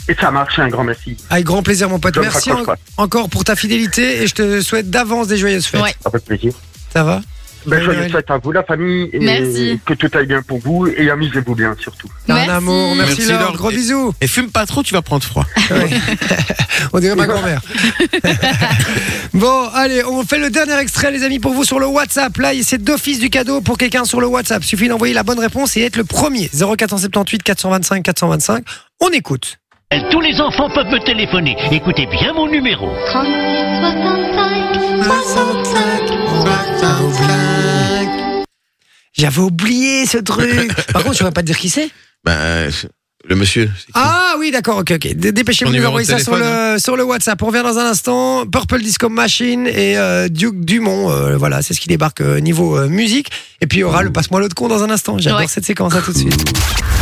Speaker 10: Et ça marche, un grand merci.
Speaker 1: Avec grand plaisir, mon pote.
Speaker 10: Je ne
Speaker 1: Merci
Speaker 10: raccroche
Speaker 1: en-
Speaker 10: pas.
Speaker 1: encore pour ta fidélité et je te souhaite d'avance des joyeuses fêtes.
Speaker 3: Ouais.
Speaker 10: Avec plaisir.
Speaker 1: Ça va
Speaker 10: Ben,
Speaker 1: Joyeux
Speaker 10: joyeuses
Speaker 1: Noël.
Speaker 10: fêtes à vous, la famille. Et
Speaker 3: Merci.
Speaker 10: Que tout aille bien pour vous. Et amusez-vous bien, surtout.
Speaker 1: T'es
Speaker 3: Merci.
Speaker 1: Un amour. Merci,
Speaker 2: Merci,
Speaker 1: Lord.
Speaker 2: Lord.
Speaker 1: Gros bisous.
Speaker 2: Et fume pas trop, tu vas prendre froid.
Speaker 1: On dirait ma grand-mère. bon, allez, on fait le dernier extrait, les amis, pour vous sur le WhatsApp. Là, c'est d'office du cadeau pour quelqu'un sur le WhatsApp. Suffit d'envoyer la bonne réponse et être le premier. 0478 425 425. On écoute.
Speaker 11: Eh, Tous les enfants peuvent me téléphoner. Écoutez bien mon numéro.
Speaker 8: 65, 65,
Speaker 1: J'avais oublié ce truc. Par contre, je ne pas te dire qui c'est.
Speaker 2: Bah, euh, le monsieur. c'est qui
Speaker 1: Ah oui, d'accord, ok, ok. D- Dépêchez-vous de
Speaker 2: Son
Speaker 1: nous
Speaker 2: numéro
Speaker 1: envoyer
Speaker 2: de
Speaker 1: ça sur
Speaker 2: téléphone,
Speaker 1: le, sur le WhatsApp. On revient dans un instant. Purple Disco Machine et euh, Duke Dumont. euh, voilà, c'est ce qui débarque euh, niveau euh, musique. Et puis il y aura le Passe-moi l'autre con dans un instant. J'adore
Speaker 3: Ouais.
Speaker 1: cette séquence, à tout de suite.